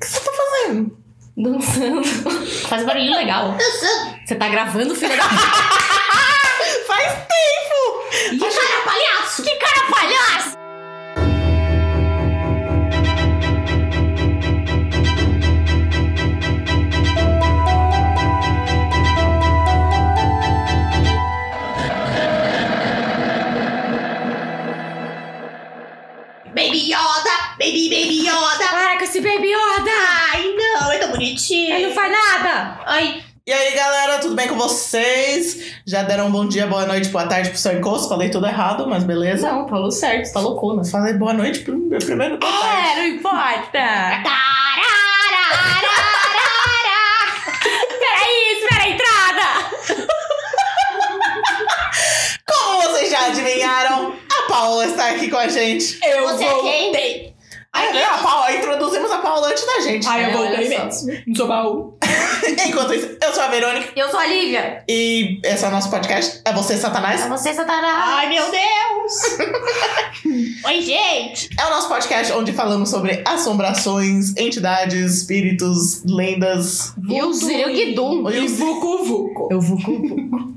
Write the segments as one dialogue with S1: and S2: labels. S1: tá dançando.
S2: Dançando. Faz barulho legal. Você tá gravando, filha da.
S1: Faz tempo!
S2: Ih, cara palhaço! Que cara palhaço!
S1: Baby Yoda! Baby, baby Yoda!
S2: Para com esse baby Yoda!
S1: Ai, não, é tão
S2: Ele não
S1: bonitinho.
S2: faz nada!
S1: Ai. E aí, galera, tudo bem com vocês? Já deram um bom dia, boa noite, boa tarde pro seu encosto? Falei tudo errado, mas beleza.
S2: Não, falou certo, tá loucona.
S1: Falei boa noite pro meu primeiro boa tarde.
S2: É, não importa! Peraí, espera a entrada!
S1: Como vocês já adivinharam, a Paula está aqui com a gente.
S2: Eu
S3: Você é
S2: voltei!
S1: Ah, né? a Paula, introduzimos a Paula antes da gente.
S2: Ai, eu
S3: É,
S2: voltei
S3: olha
S2: mesmo. Não sou baú.
S1: Enquanto isso, eu sou a Verônica
S3: Eu sou a Lívia.
S1: e esse é o nosso podcast. É você, Satanás?
S3: É você, Satanás.
S2: meu Deus!
S3: Oi, gente.
S1: É o nosso podcast onde falamos sobre assombrações, entidades, espíritos, lendas.
S3: Eu sei o Guidum.
S1: E
S2: Vucu Vucu. Eu Vucu Vucu.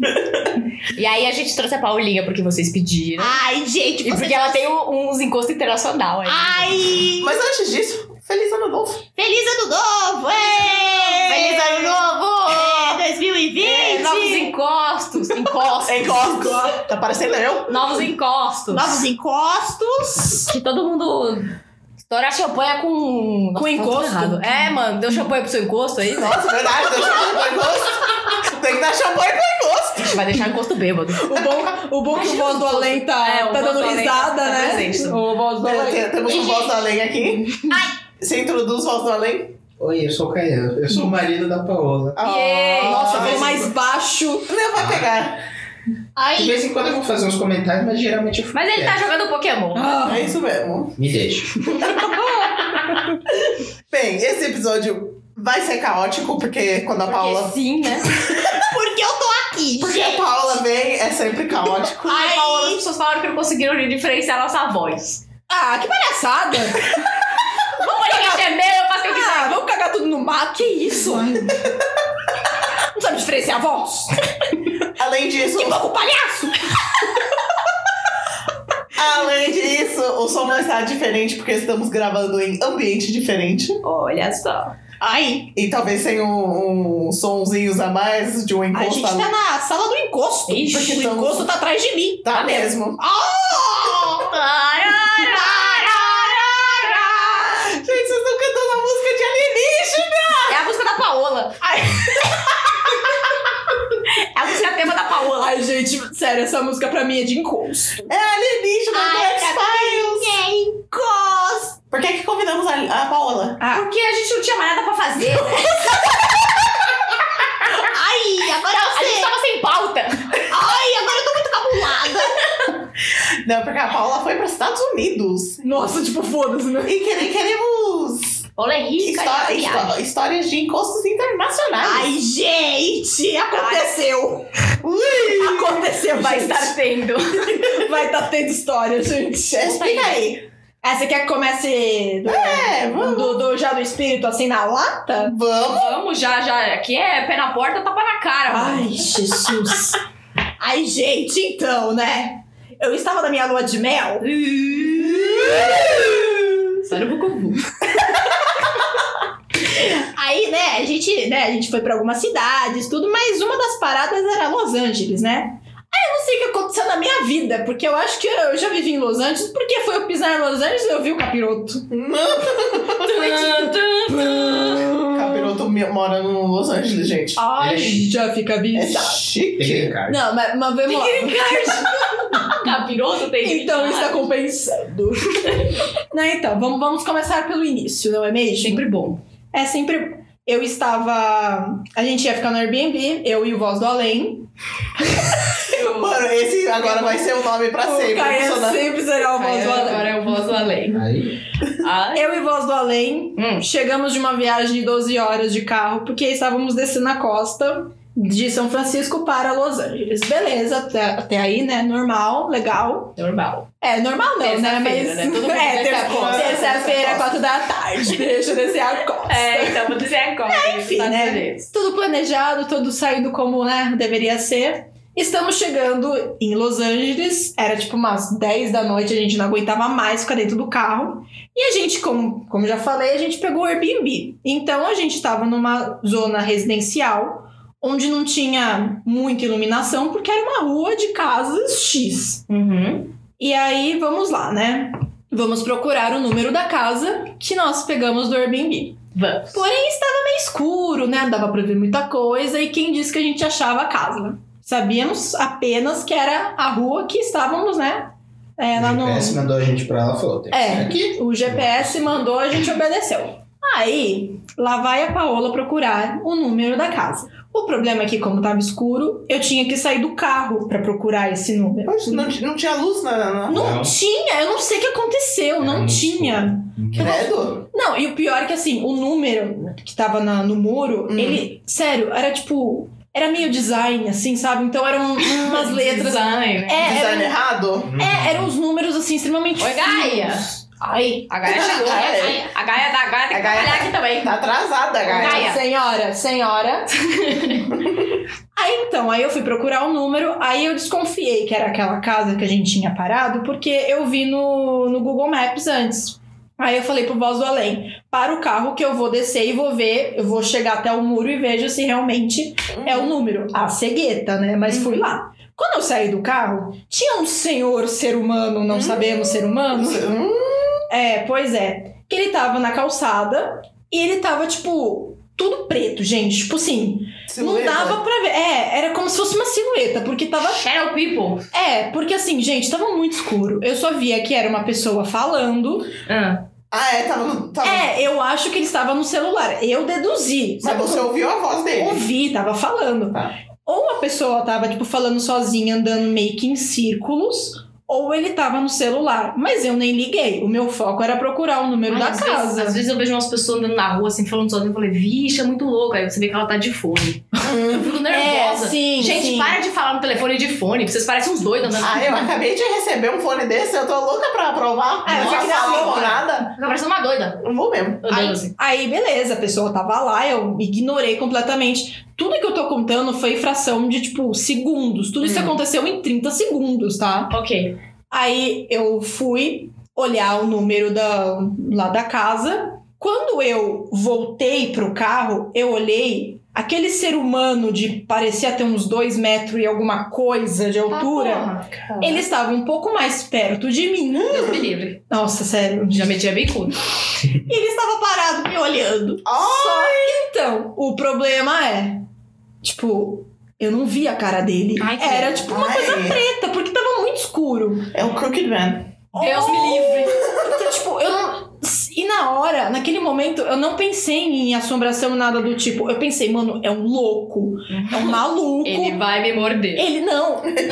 S2: e aí a gente trouxe a Paulinha porque vocês pediram.
S3: Ai, gente.
S2: e porque ela tem um- uns encostos internacional aí.
S3: Ai.
S1: Mas antes disso, feliz ano novo!
S3: Feliz ano novo. Ei.
S2: Feliz ano novo!
S3: É, 2020.
S2: É, novos encostos, encostos,
S1: Encosto! Tá parecendo eu?
S2: novos encostos.
S3: Novos encostos.
S2: Que todo mundo estourar champanhe com...
S3: Com
S2: Nossa,
S4: tá
S2: falou tudo
S3: encosto.
S2: errado. É, mano, deu champanhe pro seu encosto aí? Nossa,
S1: Nossa, é verdade, deu champanhe pro encosto. Tem que dar champanhe pro encosto.
S2: vai deixar o encosto bêbado.
S4: O bom, o bom que o voz do além tá,
S2: É, o
S4: tá
S2: voz do
S4: dando
S2: além
S4: risada,
S2: tá
S4: né?
S2: presente.
S4: O voz do
S1: Beleza,
S4: além.
S1: tem- Temos um voz do além aqui. Se introduz voz do além.
S5: Oi, eu sou o Caian. Eu sou o marido da Paola.
S1: Oh,
S2: Yeah.
S4: Nossa,
S2: Ai,
S4: veio Tá mais baixo.
S2: Tá
S1: Não
S2: Ah.
S1: vai pegar.
S5: De
S3: Ai.
S5: vez em quando eu vou fazer uns comentários, mas geralmente eu fico.
S2: Mas ele tá
S4: É.
S5: quieto.
S2: jogando Pokémon.
S4: Ah,
S1: É isso mesmo.
S5: Me deixa.
S1: Bem, esse episódio vai ser caótico, porque quando a
S2: Porque
S1: Paula.
S2: sim, né?
S3: Porque eu tô aqui,
S1: Porque a
S3: gente.
S1: Paula vem, é sempre caótico.
S2: Ai,
S3: Ai.
S2: Paola, as pessoas falaram que não conseguiram diferenciar a nossa voz.
S4: ah, que palhaçada!
S2: Vamos ligar Gmail, eu faço o que eu quiser.
S4: ah, vamos cagar tudo no mato? Que isso? Não sabe diferenciar a voz?
S1: Além disso,
S4: Que pouco palhaço!
S1: Além disso, o som não está diferente porque estamos gravando em ambiente diferente.
S2: Olha só.
S3: Ai.
S1: E talvez sem um, um sonzinhos a mais de um
S4: A
S1: encosto.
S4: gente tá na sala do encosto.
S2: Ixi,
S4: porque o
S1: então-
S4: encosto tá atrás de mim.
S1: Tá mesmo. Gente, vocês estão cantando a música de alienígena!
S2: É a música da Paola. É a música tema da Paola.
S4: Ai, gente, sério, essa música pra mim é de encosto.
S1: É alienígena do
S3: Ai,
S1: X-Files!
S3: Quem? Cos.
S1: Por que, que convidamos a, a Paola?
S2: Porque a gente não tinha mais nada pra fazer. né?
S3: Ai, agora
S2: A gente
S3: você.
S2: tava sem pauta.
S3: Ai, agora eu tô muito cabulada.
S1: Não, porque a Paola foi para os Estados Unidos.
S4: Nossa, tipo, foda-se, né?
S1: E quere- queremos
S2: Olha é rica.
S1: histó-
S2: né,
S1: histó-
S2: viado?
S1: histórias de encostos internacionais.
S3: Ai, gente.
S4: Aconteceu!
S1: Ui!
S4: Aconteceu,
S2: Vai
S4: gente.
S2: estar tendo.
S4: Vai estar tendo história, gente.
S1: Explica aí.
S4: Ah, você quer que comece do,
S1: É, vamos.
S4: do- do- já do espírito, assim, na lata?
S1: Vamos.
S2: Vamos já, já. Aqui é pé na porta, tapa na cara. mano.
S4: Ai, Jesus. Ai, gente, então, né? Eu estava na minha lua de mel.
S2: Só no Vucu Vucu.
S4: Aí, né, a gente, né, a gente foi pra algumas cidades, tudo, mas uma das paradas era Los Angeles, né? Aí eu não sei o que aconteceu na minha vida, porque eu acho que eu já vivi em Los Angeles, porque foi eu pisar em Los Angeles e eu vi o capiroto.
S2: Tum, tum.
S1: Capiroto me- mora no Los Angeles, gente.
S4: Ai, já fica
S1: É
S4: avisado.
S1: chique.
S5: cara.
S4: Não, mas, mas vamos lá.
S2: Ah, Capiroto tem
S4: Então
S2: isso. é
S4: está compensando. não, então, vamos, vamos começar pelo início, não é mesmo?
S2: Sempre bom.
S4: É sempre. Eu estava. A gente ia ficar no Airbnb, eu e o Voz do Além.
S1: Mano, esse agora vai ser o nome pra
S4: o
S1: sempre.
S4: Caia
S1: Funciona-
S4: sempre será o Voz do Além.
S2: Agora eu vou além.
S5: Aí,
S2: Ai.
S4: Eu e Voz do Além
S2: Hum.
S4: chegamos de uma viagem de 12 horas de carro, porque estávamos descendo a costa de São Francisco para Los Angeles. Beleza, até, até aí, né? Normal, legal.
S6: Normal.
S4: É, normal não, né?
S6: Terça-feira,
S4: Mas.
S6: né? Todo mundo
S4: é,
S6: desce a
S4: terça-
S6: costa.
S4: terça-feira, quatro da tarde. Deixa eu descer a costa.
S6: É, então vou dizer agora.
S4: enfim,
S6: Estados
S4: né?
S6: Unidos.
S4: Tudo planejado, tudo saindo como né, deveria ser. Estamos chegando em Los Angeles, era tipo umas 10 da noite, a gente não aguentava mais ficar dentro do carro. E a gente, como, como já falei, a gente pegou o Airbnb. Então a gente estava numa zona residencial onde não tinha muita iluminação, porque era uma rua de casas X.
S6: Uhum.
S4: E aí, vamos lá, né? Vamos procurar o número da casa que nós pegamos do Airbnb.
S6: Vamos.
S4: Porém, estava meio escuro, né? Não dava pra ver muita coisa. E quem disse que a gente achava a casa? Sabíamos apenas que era a rua que estávamos, né? É, lá
S5: o
S4: no.
S5: GPS mandou a gente pra lá e falou: tem que ser
S4: É,
S5: né? aqui.
S4: o GPS mandou, a gente obedeceu. Aí, lá vai a Paola procurar o número da casa. O problema é que, como estava escuro, eu tinha que sair do carro pra procurar esse número.
S1: Mas não, ti- não tinha luz na. na...
S4: Não,
S5: Não.
S4: tinha, eu não sei o que aconteceu,
S5: Era
S4: não
S5: muito
S4: tinha.
S5: Hum.
S1: Credo?
S4: Não, e o pior é que assim, o número que tava na- no muro,
S1: Hum.
S4: ele, sério, era tipo, era meio design, assim, sabe? Então eram umas letras.
S6: Design, né?
S4: É,
S1: Design
S4: eram,
S1: errado?
S4: é, eram uns números assim, extremamente.
S6: Oi, Gaia!
S4: finos. Ai,
S6: A Gaia chegou. né?
S1: A
S4: É.
S6: Gaia. A Gaia da Gaia tem
S1: A
S6: que
S1: Gaia-
S6: trabalhar aqui também.
S1: Tá atrasada, Gaia.
S6: Gaia.
S4: Senhora, senhora. aí então, aí eu fui procurar o número, aí eu desconfiei que era aquela casa que a gente tinha parado, porque eu vi no, no Google Maps antes. Aí eu falei pro Voz do Além, para o carro que eu vou descer e vou ver, eu vou chegar até o muro e vejo se realmente é o número. A cegueta, né? Mas fui lá. Quando eu saí do carro, tinha um senhor ser humano, não sabemos ser humano,
S1: Hum,
S4: é, pois é. Que ele tava na calçada e ele tava, tipo, tudo preto, gente. Tipo assim,
S1: silhueta.
S4: não dava pra ver. É, era como se fosse uma silhueta, porque tava.
S6: Shadow People.
S4: É, porque assim, gente, tava muito escuro. Eu só via que era uma pessoa falando.
S6: Ah.
S1: Ah, é, tava no. Tava...
S4: É, eu acho que ele estava no celular. Eu deduzi.
S1: Mas
S4: Sabe
S1: você ouviu a voz
S4: eu
S1: dele.
S4: ouvi, tava falando.
S1: Tá.
S4: Ou a pessoa tava, tipo, falando sozinha, andando meio que em círculos. Ou ele tava no celular. Mas eu nem liguei. O meu foco era procurar o número
S6: Ai,
S4: da
S6: às
S4: casa.
S6: Vezes, às vezes eu vejo umas pessoas andando na rua, assim, falando sozinha. Eu falei, vixe, é muito louco. Aí você vê que ela tá de fone. Eu fico nervosa.
S4: É, sim,
S6: Gente,
S4: sim.
S6: para de falar no telefone de fone. Vocês parecem uns doidos andando.
S1: Ah, eu acabei de receber um fone desse, eu tô louca pra provar.
S4: Ah, eu
S1: não
S4: já queria
S1: falo
S4: agora.
S1: nada.
S6: Fica parecendo uma doida.
S1: Não vou mesmo.
S6: Andando
S4: Ai.
S6: assim.
S4: Aí, beleza, a pessoa tava lá, eu ignorei completamente. Tudo que eu tô contando foi fração de, tipo, segundos. Tudo isso
S6: Uhum.
S1: Hum.
S4: aconteceu em 30 segundos, tá?
S6: Ok.
S4: Aí eu fui olhar o número da, lá da casa. Quando eu voltei pro carro, eu olhei aquele ser humano de parecia ter uns dois metros e alguma coisa de altura.
S6: Ah, porra.
S4: ele estava um pouco mais perto de mim.
S6: Deus me livre.
S4: Nossa, sério.
S6: Já meti a bicuda.
S4: E ele estava parado me olhando.
S1: Ó,
S4: Só que então, o problema é, tipo, eu não vi a cara dele.
S6: Ai, que é.
S4: Era
S6: medo.
S4: tipo uma
S1: ai,
S4: preta, porque tava muito escuro.
S1: É o Crooked Man.
S4: Oh.
S6: Deus me livre.
S4: Então, tipo, eu não. E na hora, naquele momento, eu não pensei em assombração, nada do tipo. Eu pensei, mano, é um louco, é um maluco.
S6: Ele vai me morder.
S4: Ele não, ele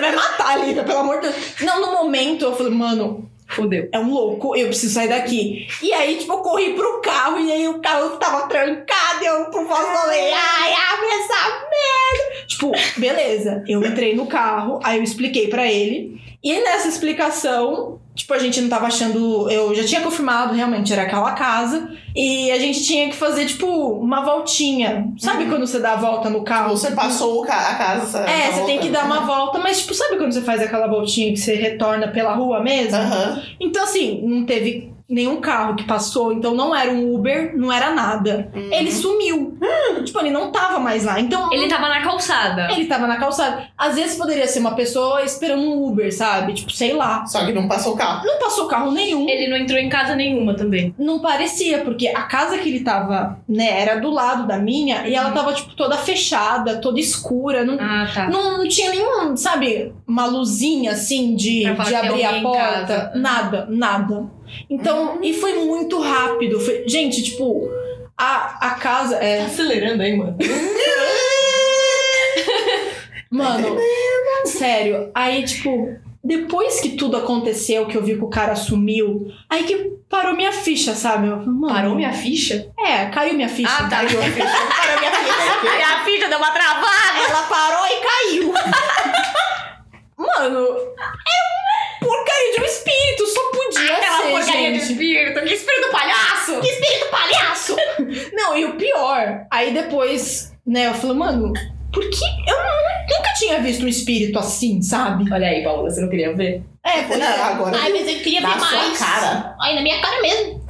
S4: vai matar a Lívia, pelo amor de Deus. Não, no momento eu falei, mano,
S6: Fudeu.
S4: é um louco, eu preciso sair daqui. E aí, tipo, eu corri pro carro e aí o carro tava trancado e eu pro voz falei, ai, abre essa merda. Tipo, beleza. Eu entrei no carro, aí eu expliquei pra ele. E nessa explicação, tipo, a gente não tava achando. Eu já tinha confirmado, realmente, era aquela casa. E a gente tinha que fazer, tipo, uma voltinha. Sabe quando você dá a volta no carro?
S1: Ah, Você passou o ca- a casa.
S4: É,
S1: tá
S4: você tem que dar uma volta, mas, tipo, sabe quando você faz aquela voltinha que você retorna pela rua mesmo?
S1: Aham.
S4: Então, assim, não teve nenhum carro que passou, então não era um Uber, não era nada. Ele sumiu. Tipo, ele não tava mais lá. Então,
S6: Uhum. Hum. Ele
S4: ele...
S6: tava na calçada.
S4: tava na calçada. Às vezes poderia ser uma pessoa esperando um Uber, sabe? Tipo, sei lá.
S1: Hum. Só que não passou o carro.
S4: Não passou carro nenhum.
S6: Ele não entrou em casa nenhuma também.
S4: Não parecia, porque a casa que ele tava, né, era do lado da minha e ela
S6: Uhum.
S4: tava, tipo, toda fechada, toda escura. Não,
S6: Ah, tá.
S4: não, não tinha nenhum, sabe, uma luzinha assim de,
S6: Pra falar
S4: de
S6: que tem
S4: abrir a
S6: alguém em
S4: porta.
S6: casa.
S4: Nada, nada. Então, e foi muito rápido. Foi- gente, tipo, a, a casa. É,
S6: Tá acelerando aí, mano.
S4: mano, sério. Aí, tipo, depois que tudo aconteceu, que eu vi que o cara sumiu, aí que parou minha ficha, sabe? Eu falei, mano,
S2: Parou minha ficha?
S4: É, caiu minha ficha.
S2: Ah, tá.
S4: Caiu a ficha.
S7: Para minha filha.
S2: a ficha deu uma travada!
S4: Ela parou e caiu. Mano, é um porcaria de um espírito, só podia
S2: Aquela
S4: ser,
S2: porcaria
S4: gente.
S2: de um espírito! Que espírito palhaço!
S7: Que espírito palhaço!
S4: Não, e o pior, aí depois, né, eu falei, mano, por que eu nu- nunca tinha visto um espírito assim, sabe?
S2: Olha aí, Paula, você não queria ver?
S4: É, pois
S1: Não,
S4: é.
S1: agora
S7: Ai, mas eu queria
S1: na
S7: ver
S1: sua
S7: mais.
S1: cara.
S7: Ai, na minha cara mesmo.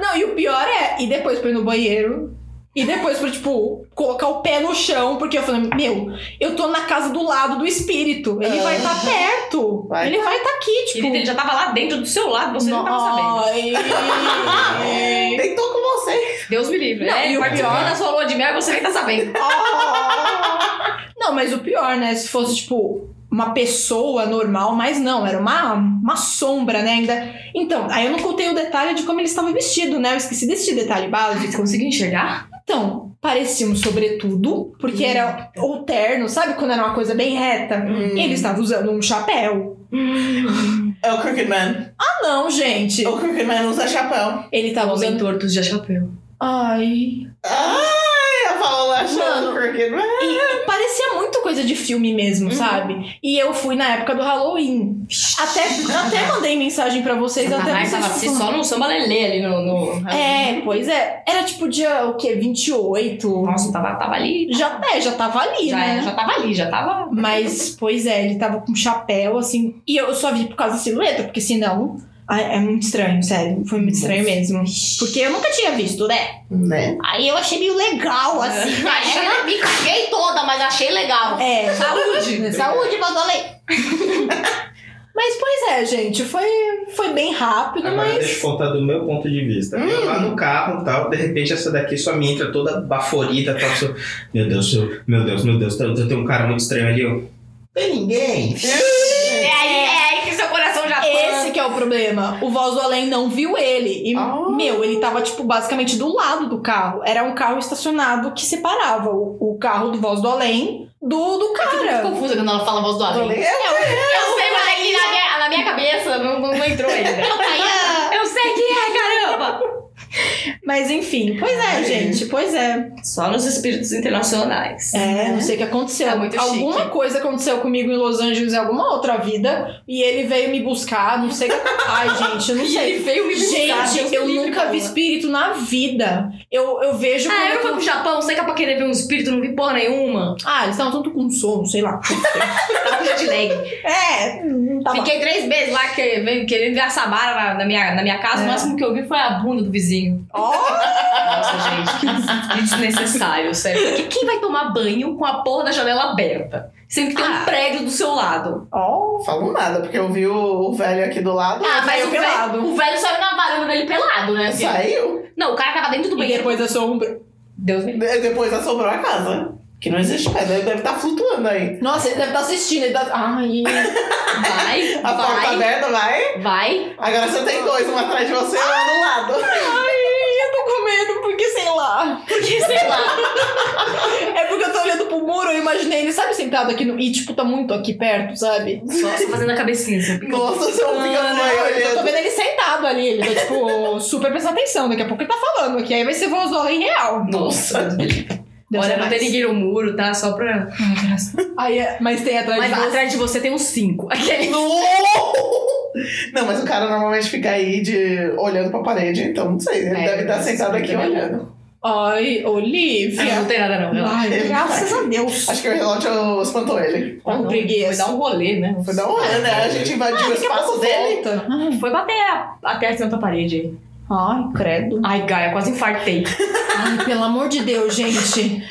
S4: Não, e o pior é, e depois pra ir no banheiro. E depois pra, tipo, colocar o pé no chão, porque eu falei, meu, eu tô na casa do lado do espírito. Ele vai estar tá perto.
S1: Vai.
S4: Ele vai estar tá aqui, tipo.
S2: Tipo, ele já tava lá dentro do seu lado, você não tava sabendo.
S4: Ai.
S1: Deitou com você.
S2: Deus me livre.
S4: Não,
S2: é,
S4: e o
S2: participando
S4: pior-
S2: da sua lua de mel, você nem tá sabendo.
S4: Não, mas o pior, né? Se fosse, tipo, uma pessoa normal, mas não, era uma, uma sombra, né? Ainda. Então, aí eu não contei o detalhe de como ele estava vestido, né? Eu esqueci desse detalhe
S2: Você
S4: básico.
S2: conseguiu enxergar?
S4: Então, parecia um sobretudo, porque era ou terno, sabe? Quando era uma coisa bem reta.
S1: Hum.
S4: Ele estava usando um chapéu.
S1: É o Crooked Man.
S4: Ah, não, gente.
S1: O Crooked Man usa chapéu.
S4: Ele estava
S2: Oh, Homem
S4: usando.
S2: torto de chapéu.
S4: Ai.
S1: Ai, a Paola achou o
S4: Mano.
S1: Crooked Man.
S4: E parecia muito coisa de filme mesmo,
S2: Uhum.
S4: sabe? E eu fui na época do Halloween. Até, até mandei mensagem pra vocês, até
S2: Satanás
S4: vocês
S2: tava assim,
S4: falaram-
S2: só no samba lelê ali no... no-
S4: É, pois é. Era tipo dia, o quê? 28?
S2: Uhum. Nossa, tava, tava ali.
S4: Já, é, já tava ali,
S2: Já,
S4: né?
S2: já tava ali, já tava...
S4: Mas, pois é, ele tava com chapéu, assim. E eu só vi por causa da silhueta, porque senão... ah, É muito estranho, sério. Foi muito estranho mesmo. Porque eu nunca tinha visto, né?
S1: Né?
S7: Aí eu achei meio legal,
S2: É.
S7: assim. Aí me caguei toda, mas achei legal.
S4: É.
S2: Saúde!
S7: Saúde, Vandolei.
S4: Mas, pois é, gente. Foi, foi bem rápido,
S5: Agora deixa eu
S4: mas...
S5: contar do meu ponto de vista. Eu lá no carro e tal, de repente essa daqui sua minha entra toda baforida, tal, só, meu Deus, eu- meu Deus, meu Deus, tem tem um cara muito estranho ali, eu. Tem ninguém?
S2: É aí, é aí que seu coração já
S4: Esse que é o problema. O Voz do Além não viu ele. E,
S1: Ah.
S4: meu, ele tava, tipo, basicamente do lado do carro. Era um carro estacionado que separava o, o carro do Voz do Além do, do
S2: Tô
S4: cara.
S2: confusa quando ela fala a voz do além.
S1: Falei,
S2: Eu sei, mas aqui na minha, na minha cabeça não, não, não entrou ainda. Eu sei que é, caramba!
S4: Mas enfim, pois é,
S1: Ai.
S4: gente, pois é.
S2: Só nos espíritos internacionais.
S4: É, não sei o que aconteceu.
S2: Tá muito
S4: alguma
S2: chique.
S4: coisa aconteceu comigo em Los Angeles em alguma outra vida. E ele veio me buscar, não sei o que. Ai, gente, eu não
S2: E
S4: sei.
S2: ele veio me buscar. Deus
S4: Gente, eu
S2: me livre,
S4: nunca vi
S2: Paula.
S4: espírito na vida. Eu, eu vejo.
S2: Ah,
S4: quando-
S2: eu não fui pro Japão, sei que é pra querer ver um espírito, não vi porra nenhuma.
S4: Ah, eles estavam tanto com sono, sei lá. Tá
S2: Tava com jet lag.
S4: É, não tava.
S2: Fiquei três meses lá que, veio querendo ver a Samara na, na minha, na minha casa.
S4: É.
S2: O máximo que eu vi foi a bunda do vizinho.
S4: Ó,
S2: Nossa, gente, que desnecessário, sério. Porque quem vai tomar banho com a porra da janela aberta? Sendo que tem um
S4: Ah.
S2: prédio do seu lado.
S4: ó.
S1: Não falo nada, porque eu vi o, o velho aqui do lado.
S2: Ah, mas
S4: velho
S2: o velho,
S4: pelado.
S2: o velho saiu na varanda dele pelado, né? assim, ó.
S1: Saiu.
S2: Não, o cara tava dentro do
S4: E
S2: banheiro.
S4: depois eu sou um.
S2: Deus me livre.
S1: De- Depois assombrou a casa. Que não existe mais. Deve estar flutuando aí.
S4: Nossa, ele deve estar assistindo. Ele tá... Ai.
S2: Vai,
S1: A porta
S2: vai,
S1: aberta, vai.
S2: vai.
S1: Agora você tem dois, um atrás de você e um do lado.
S4: Eu tô com medo, porque sei lá.
S2: Porque, sei lá,
S4: É porque eu tô olhando pro muro, eu imaginei ele, sabe, sentado aqui no. E, tipo, tá muito aqui perto, sabe?
S2: só, só fazendo a cabecinha assim. pica-
S1: Nossa, você não fica
S4: Ah,
S1: no meio
S4: eu tô
S1: olhando.
S4: vendo ele sentado ali. Ele tá, tipo, super prestando atenção. Daqui a pouco ele tá falando aqui. Aí vai ser voz do além real.
S2: Nossa.
S4: Deus
S2: Olha,
S4: é
S2: não
S4: mais.
S2: tem ninguém no muro, tá? Só pra...
S4: Aí, é- mas tem atrás
S2: Mas
S4: de você.
S2: atrás de você tem uns cinco. Aquele...
S1: No! Não, mas o cara normalmente fica aí de olhando pra parede, então não sei. Ele
S2: É,
S1: deve estar
S2: mas
S1: sentado
S2: também
S1: aqui
S2: não.
S1: olhando.
S4: Ai,
S2: Ah,
S4: Olivia.
S2: Não tem nada não, relaxa.
S4: Ai,
S1: Ele
S4: graças a Deus.
S1: Acho que o relógio espantou ele.
S4: Tá com
S2: Não, Foi
S4: preguiça.
S2: dar um rolê, né?
S1: Foi dar um olhada, né? A gente invadiu o
S4: Ah, Daqui a
S1: espaço
S4: pouco
S1: dele.
S4: volta.
S2: Foi bater a, a testa na tua parede aí.
S4: Ai, credo.
S2: Ai, Gaia, quase infartei.
S4: Ai, pelo amor de Deus, gente.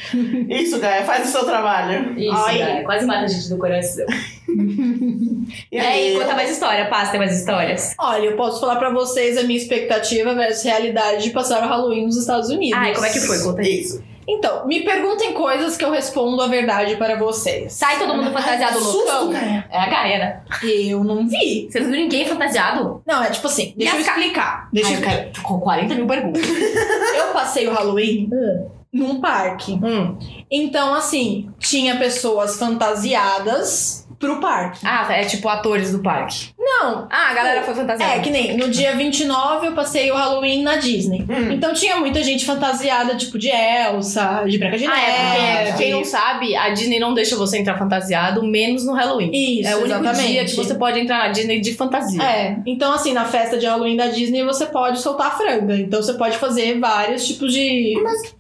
S1: Isso, Gaia, faz o seu trabalho.
S2: Isso,
S4: Ai.
S2: Gaia, quase mata a gente do coração. É,
S1: E
S2: E
S4: É,
S2: aí, conta mais história, passa, tem mais histórias.
S4: Olha, eu posso falar pra vocês a minha expectativa versus realidade de passar o Halloween nos Estados Unidos.
S2: Ai, como é que foi? Conta aí.
S1: Isso.
S4: Então, me perguntem coisas que eu respondo a verdade para vocês.
S2: Sai todo mundo
S4: Tá
S2: fantasiado
S1: Susto,
S2: loucão.
S1: Gaia.
S2: É a Gaia, né?
S4: Eu não vi.
S2: Você não viu ninguém fantasiado?
S4: Não, é tipo assim,
S2: E
S4: deixa
S2: as
S4: eu
S2: ca-
S4: explicar. Deixa eu
S2: Ai,
S4: explicar.
S2: Gaia, tô com 40 mil perguntas.
S4: Eu passei o Halloween
S2: Ah.
S4: num parque.
S2: Hum.
S4: Então, assim, tinha pessoas fantasiadas pro parque.
S2: Ah, tá, é tipo atores do parque.
S4: Não,
S2: Ah, a galera foi fantasiada.
S4: É, que nem no dia 29 eu passei o Halloween na Disney.
S1: Hum.
S4: Então tinha muita gente fantasiada, tipo, de Elsa, de Branca de
S2: Ah, é,
S4: Neve.
S2: porque quem não sabe, a Disney não deixa você entrar fantasiado, menos no Halloween.
S4: Isso,
S2: é o único
S4: exatamente.
S2: dia que você pode entrar na Disney de fantasia.
S4: É, então assim, na festa de Halloween da Disney você pode soltar a franga. Então você pode fazer vários tipos de.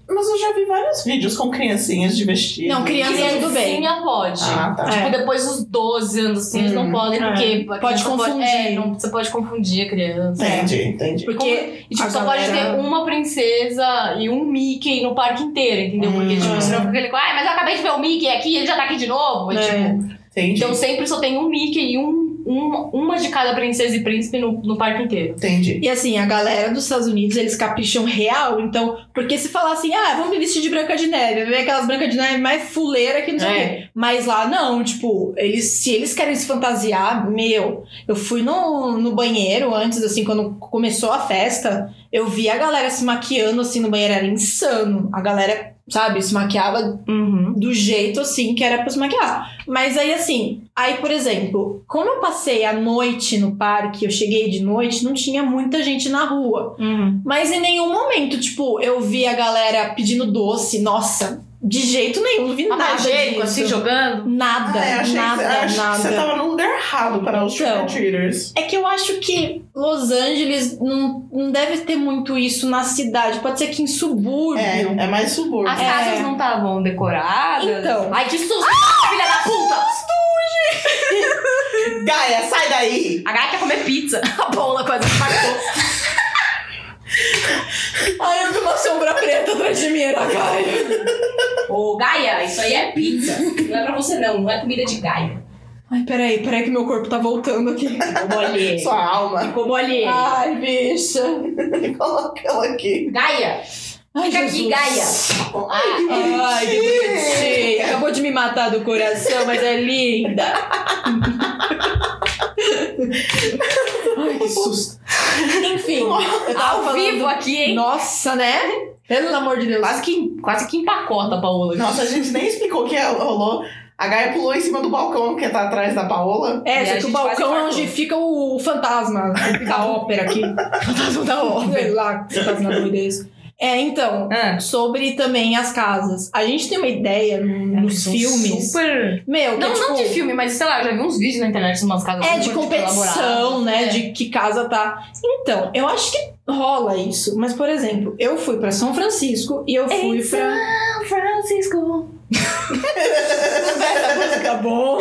S1: Mas eu já vi vários vídeos com criancinhas de vestido.
S4: Não, criança
S2: é
S4: tudo bem.
S2: Criancinha pode.
S1: Ah, tá.
S4: É.
S2: Tipo, depois dos 12 anos, assim, eles não
S1: Hum,
S2: podem,
S4: é.
S2: porque... a
S4: Pode
S2: criança Pode, é,
S4: confundir.
S2: não- você pode confundir a criança.
S1: Entendi, entendi.
S4: Porque.
S2: E, tipo,
S4: é? A
S2: só
S4: galera-
S2: pode ter uma princesa e um Mickey no parque inteiro, entendeu? Porque,
S1: Hum.
S2: tipo, senão fica aquele... Ai, mas eu acabei de ver o Mickey aqui, ele já tá aqui de novo. É, tipo,
S4: né,
S1: Entendi.
S2: Então sempre só tem um Mickey e um, um- uma de cada princesa e príncipe no, no parque inteiro.
S1: Entendi.
S4: E assim, a galera dos Estados Unidos, eles capricham real, então, porque se falar assim, ah, vamos me vestir de Branca de Neve, vem aquelas Branca de Neve mais fuleira que não sei o
S2: É.
S4: quê. Mas lá não, tipo, eles, se eles querem se fantasiar, meu, eu fui no, no banheiro antes, assim, quando começou a festa, eu vi a galera se maquiando, assim, no banheiro, era insano. A galera, sabe, se maquiava
S2: Uhum.
S4: do jeito assim que era pra se maquiar. Mas aí assim, aí por exemplo, como eu passei a noite no parque, eu cheguei de noite, não tinha muita gente na rua.
S2: Uhum.
S4: Mas em nenhum momento, tipo, eu vi a galera pedindo doce, nossa, de jeito nenhum, não vi nada
S2: Papagênico,
S4: disso.
S2: assim, jogando.
S4: Nada,
S1: Ah, eu achei que-
S4: nada,
S1: eu acho
S4: nada.
S1: que você tava no lugar errado para os
S4: Então.
S1: trick-or-treaters.
S4: É que eu acho que Los Angeles não, não deve ter muito isso na cidade. Pode ser que em subúrbio.
S1: É, é mais subúrbio.
S2: As casas não estavam decoradas.
S4: Então.
S2: Ai, que susto, filha da puta!
S1: É. Gaia, sai daí!
S2: A gata quer comer pizza. A bola quase impactou.
S4: Ai, eu vi uma sombra preta atrás de mim, era a Gaia.
S2: Ô, Gaia, isso aí é pizza. Não é pra você não, não é comida de Gaia.
S4: Ai, peraí, peraí que meu corpo tá voltando aqui.
S2: Ficou mole.
S1: Sua alma.
S2: Ficou mole.
S4: Ai, bicha.
S1: Coloca ela aqui.
S2: Gaia,
S4: Ai,
S2: fica aqui, Gaia. Ah,
S4: Ai, que bonitinha. Acabou de me matar do coração, mas é linda. Ai, que susto. Enfim, eu tava
S2: ao
S4: falando...
S2: vivo aqui, hein?
S4: Nossa, né? Pelo amor de Deus.
S2: Quase que, quase que empacota a Paola.
S1: Nossa, a gente nem explicou o que é, rolou. A Gaia pulou em cima do balcão que tá atrás da Paola.
S4: É,
S2: E a
S4: só que o
S2: gente
S4: balcão é
S2: quase
S4: onde fica o fantasma da ópera aqui. fantasma da ópera. Sei lá, que fantasma doido é esse. É, então,
S2: Ah,
S4: sobre também as casas. A gente tem uma ideia no- nos
S2: são
S4: filmes.
S2: É, Super
S4: Meu, que
S2: Não,
S4: é, tipo,
S2: não de filme, mas sei lá, eu já vi uns vídeos na internet de umas casas
S4: É
S2: super,
S4: de
S2: tipo,
S4: competição,
S2: elaboradas.
S4: né?
S2: É.
S4: De que casa tá. Então, eu acho que rola isso. Mas, por exemplo, eu fui pra São Francisco e eu fui
S2: Em
S4: pra.
S2: São Francisco.
S1: Essa música é bom.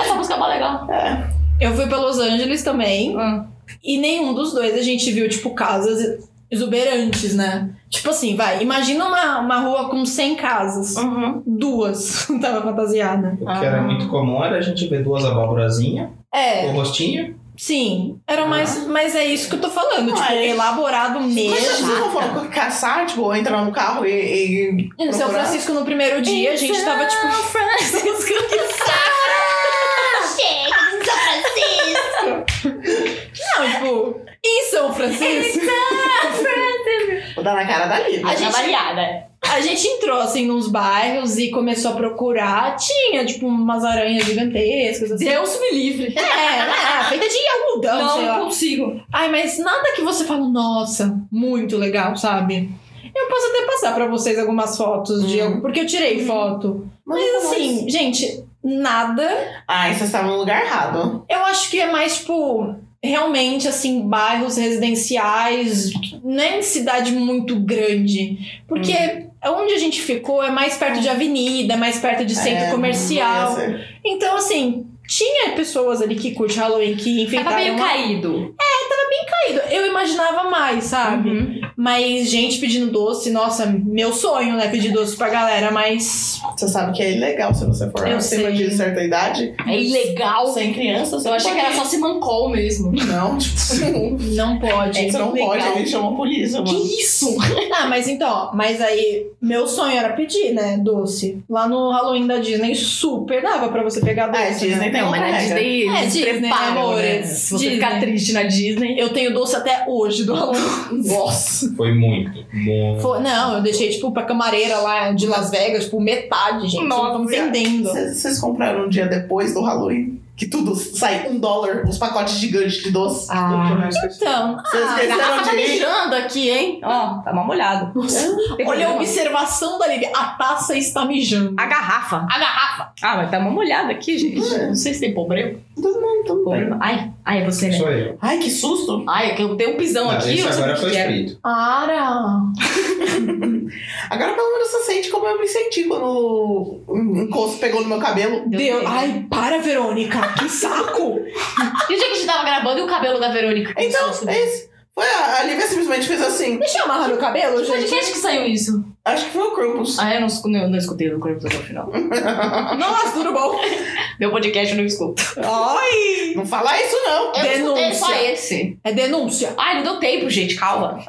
S2: Essa música é mó legal.
S4: Eu fui pra Los Angeles também.
S2: Ah.
S4: E nenhum dos dois a gente viu, tipo, casas exuberantes, né? Tipo assim, vai, imagina uma, uma rua com 100 casas. Duas tava fantasiada.
S5: O que era muito comum era a gente ver duas abóborazinhas,
S4: É,
S5: o rostinho.
S4: sim. Era mais. Mas é isso que eu tô falando.
S1: Ah,
S4: tipo,
S1: é.
S4: elaborado mesmo.
S1: Ah. Mas vocês não foram caçar, tipo, ou entrar no carro e. e
S4: Em São
S1: procurar? Então,
S4: Francisco, no primeiro dia, a gente tava, tipo,
S8: Chega de São Francisco.
S4: Não, tipo, em São Francisco,
S1: Vou dar na cara da Lívia.
S4: A
S2: A
S4: gente-
S2: gente... é variada.
S4: a gente entrou assim nos bairros e começou a procurar. Tinha, tipo, umas aranhas gigantescas, assim.
S2: Deus me livre.
S4: É, é, feita de algodão, sei lá.
S2: consigo.
S4: Ai, mas nada que você fala, nossa, muito legal, sabe? Eu posso até passar pra vocês algumas fotos de
S1: Hum. Tá
S4: algo, porque eu tirei foto. Mas assim, gente, nada.
S1: Ai, vocês estavam no lugar errado.
S4: Eu acho que é mais, tipo, realmente, assim, bairros residenciais, nem cidade muito grande. Porque
S1: Hum.
S4: onde a gente ficou é mais perto de avenida, mais perto de centro
S1: É,
S4: comercial.
S1: não ia ser.
S4: Então, assim, tinha pessoas ali que curte Halloween, que
S2: Tava
S4: enfeitaram...
S2: meio
S4: uma-
S2: caído.
S4: caído. Eu imaginava mais, sabe?
S2: Uhum.
S4: Mas gente pedindo doce, nossa, meu sonho, né? Pedir doce pra galera, mas...
S1: Você sabe que é ilegal se você for
S4: Eu
S1: acima
S4: sei.
S1: de certa idade.
S2: É ilegal.
S1: Sem crianças,
S2: Eu achei que era só se mancou mesmo.
S1: Não, tipo.
S4: Não pode.
S1: Você não
S2: legal.
S1: pode, eles chamam a polícia, mano.
S2: Que isso?
S4: Ah, mas então, mas aí meu sonho era pedir, né, doce. Lá no Halloween da Disney super dava pra você pegar doce.
S1: Ah, é Disney
S4: né?
S1: tem uma regra.
S4: É,
S2: eles
S4: Disney,
S2: preparam,
S4: amores.
S2: né? Se você
S4: Disney. né?
S2: ficar triste na Disney...
S4: Eu tenho doce até hoje do Halloween.
S1: Nossa.
S4: Nossa.
S5: Foi muito, muito.
S4: Foi- não, eu deixei, tipo, pra camareira lá de Las Vegas, tipo, metade, gente.
S1: Nossa.
S4: Não tô entendendo.
S1: Vocês vocês compraram um dia depois do Halloween? Que tudo sai um dólar, uns pacotes gigantes de doce.
S9: Ah,
S4: Então,
S1: Vocês
S2: A
S1: esqueceram
S2: garrafa tá
S1: de ir?
S2: mijando aqui, hein? Ó, tá mal molhado.
S4: olha a observação da Lívia. A taça está mijando.
S2: A garrafa.
S4: A garrafa.
S2: Ah, mas tá mal molhada aqui, gente. Não sei se tem problema.
S1: Não, tudo bem.
S2: Problema. Ai, ai, é você, né?
S5: Sou eu.
S1: Ai, que susto!
S2: Ai, é que eu tenho um pisão
S5: Não,
S2: aqui.
S5: esse
S2: eu
S5: agora
S2: não sei o
S5: foi
S2: que é. que era.
S5: escrito.
S4: Para.
S1: Agora pelo menos você sente como eu me senti quando um encosto pegou no meu cabelo.
S2: Deu
S4: Deus.
S2: tempo.
S4: Ai, para, Verônica. Que saco.
S9: E o dia que a gente tava gravando e o cabelo da Verônica?
S1: Então,
S9: Nossa,
S4: né?
S1: é isso. Foi a, a Lívia simplesmente fez assim.
S4: Deixa eu amarrar meu cabelo,
S9: Que
S4: gente.
S2: é
S9: podcast que saiu isso?
S1: Acho que foi o Krampus.
S2: Ah, eu não, escu- não, não escutei o Corpo até o final.
S4: Nossa, tudo bom.
S2: Meu podcast eu não escuto.
S4: Ai.
S1: Não fala isso, não.
S2: Eu escutei só
S4: Denúncia.
S2: esse.
S4: É denúncia.
S2: Ai, não deu tempo, gente. Calma.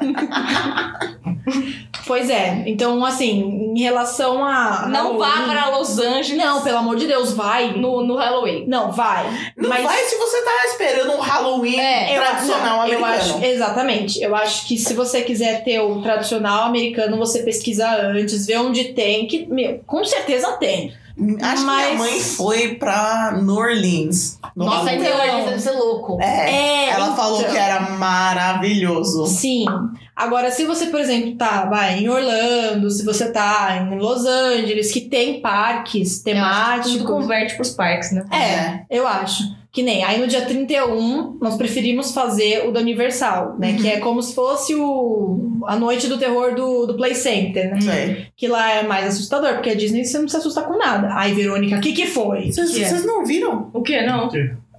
S4: Pois é. Então, assim, em relação a...
S2: Não vá pra Los Angeles
S4: Não, pelo amor de Deus, vai.
S2: no, no Halloween.
S4: Não, vai.
S1: Não
S4: Mas-
S1: vai se você tá esperando um Halloween
S2: É,
S1: tradicional
S4: não, eu
S1: americano.
S4: acho, exatamente. Eu acho que se você quiser ter o tradicional americano, você pesquisa antes, vê onde tem, que, meu, com certeza tem.
S1: Acho que minha
S4: Mas-
S1: mãe foi pra New Orleans. no
S9: Nossa,
S1: Halloween.
S9: então
S4: Então.
S9: a gente deve ser louco.
S1: É,
S4: É,
S1: ela falou
S4: então.
S1: que era maravilhoso.
S4: Sim. Agora, se você, por exemplo, tá vai, em Orlando, se você tá em Los Angeles, que tem parques
S2: Tudo
S4: temáticos.
S2: converte pros parques, né?
S4: É, eu acho. Que nem. Aí no dia 31, nós preferimos fazer o do Universal, né?
S2: Uhum.
S4: Que é como se fosse o, a noite do terror do, do Play Center, né?
S1: Não sei.
S4: Que lá é mais assustador, porque a Disney você não se assusta com nada. Ai, Verônica, o que que foi?
S1: Vocês
S2: Que é?
S1: vocês não viram?
S2: O quê? Não.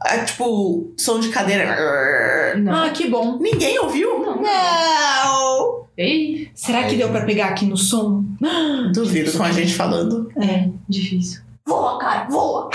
S1: É, tipo, som de cadeira.
S2: Não.
S4: Ah, que bom.
S1: Ninguém ouviu?
S2: Não.
S4: Não!
S2: Ei,
S4: Será que deu pra pegar aqui no som?
S1: Duvido com a gente falando.
S4: É.
S2: difícil.
S4: Voa, cara, voa!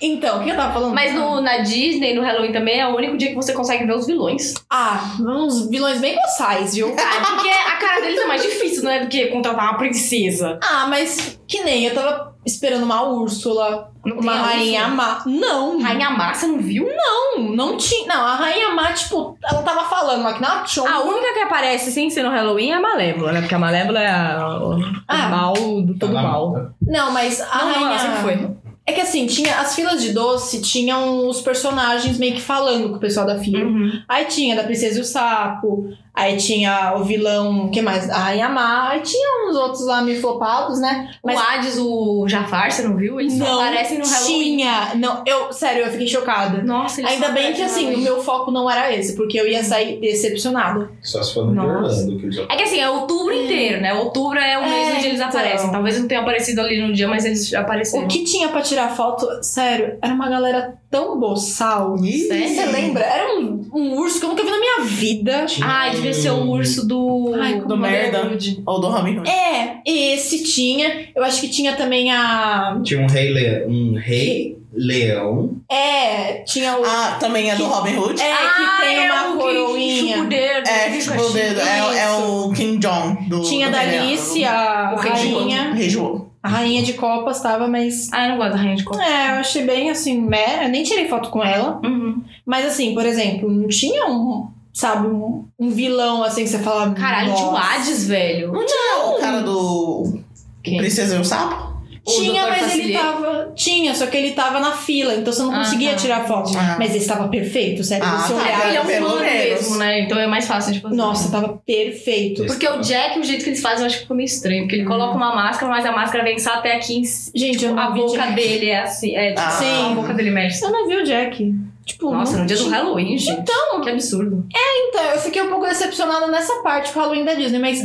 S4: então, o que eu tava falando?
S2: Mas no, na Disney, no Halloween também, é o único dia que você consegue ver os vilões.
S4: Ah, uns vilões bem boçais, viu?
S2: Ah, porque a cara deles é mais difícil, não é? Do que contratar uma princesa.
S4: Ah, mas que nem eu tava esperando uma Úrsula,
S2: Não
S4: uma
S2: tem a
S4: rainha
S2: Úrsula.
S4: má. Não,
S2: Rainha Má, você não viu?
S4: não, não tinha. Não, a rainha má, tipo, ela tava falando lá que na Chon.
S2: A única que aparece sem ser no Halloween é a Malévola, né? Porque a Malévola é a, o
S4: Ah.
S2: mal do todo
S5: Tá na
S2: mal.
S5: mata.
S4: Não, mas a
S2: Não, não,
S4: rainha.
S2: ela sempre foi.
S4: É que assim, tinha as filas de doce, tinham os personagens meio que falando com o pessoal da
S2: Uhum.
S4: fila.
S1: Uhum.
S4: Aí tinha da Princesa e o Sapo, aí tinha o vilão, o que mais? A Rainha Má, aí tinha uns outros lá meio flopados, né? Mas-
S2: O Hades, o Jafar, você não viu? Eles só aparecem no Halloween.
S4: tinha. Não, eu, sério, eu fiquei chocada.
S2: Nossa, eles
S4: Ainda
S2: só
S4: bem que
S2: aparecem no
S4: assim, o
S2: Halloween. Uhum.
S4: meu foco não era esse, porque eu ia sair decepcionada.
S5: Só se for no de
S2: Nossa.
S5: Orlando que eu já
S2: É que assim, é outubro inteiro, né? Outubro é o
S4: É,
S2: mês onde eles
S4: então.
S2: aparecem. Talvez não tenha aparecido ali no dia, mas eles
S4: O
S2: apareceram.
S4: que tinha pra tirar foto, sério, era uma galera tão boçal.
S1: Ih,
S4: Você lembra? Era um, um urso que eu nunca vi na minha vida.
S5: tinha.
S2: Ai, devia ser o urso do.
S4: Ai,
S1: Hum. Do merda. Ou do Robin Hood.
S4: É, esse tinha. Eu acho que tinha também a.
S5: Tinha um rei leão. Um rei leão.
S4: É, tinha o.
S1: Ah, também é do
S4: Que-
S1: Robin Hood?
S4: é, que tem uma
S2: Chupa ah, o
S4: coroinha.
S2: dedo.
S1: É,
S2: fica
S1: tipo, o dedo. É, é o King John. Do,
S4: Tinha
S1: do
S4: da
S1: Rei Leão.
S4: Alice, a
S2: O Rei
S1: É, O
S4: rainha.
S1: Rei João.
S4: A rainha de copas tava, mas.
S2: Ah, eu não gosto da rainha de copa.
S4: É, eu achei bem assim, meh. Eu nem tirei foto com ela.
S2: Uhum.
S4: Mas assim, por exemplo, não tinha um. Sabe, um, um vilão assim que você fala.
S2: Caralho, tinha um o
S4: "Nossa".
S2: Hades, velho.
S1: Não, É o cara do
S2: Quem?
S1: Princesa e o Sapo?
S2: O
S4: Tinha,
S2: Dr.
S4: mas ele
S2: Facilier.
S4: tava. Tinha, só que ele tava na fila, então você não
S2: Ah,
S4: conseguia
S2: tá.
S4: tirar foto.
S1: Ah.
S4: Mas ele estava perfeito, sério.
S1: Ah,
S4: você
S1: tá.
S4: olhava.
S2: Ele é um
S1: Pelo
S2: humano
S1: menos.
S2: mesmo, né? Então é mais fácil de fazer.
S4: Nossa, tava perfeito.
S5: Esse
S2: Porque o
S5: tá-
S2: Jack, o jeito que eles fazem, eu acho que ficou meio estranho. Porque ele coloca uma máscara, mas a máscara vem só até aqui em cima.
S4: Gente, eu não
S2: Tipo, A
S4: vi
S2: boca
S4: Jack.
S2: dele é assim. É, tipo,
S1: Ah.
S2: sim. A boca dele mexe.
S4: Eu não vi o Jack. Tipo,
S2: Nossa,
S4: não
S2: no dia do
S4: tinha-
S2: Halloween, gente. Então. Que absurdo.
S4: Então, eu fiquei um pouco decepcionada nessa parte com o Halloween da Disney, mas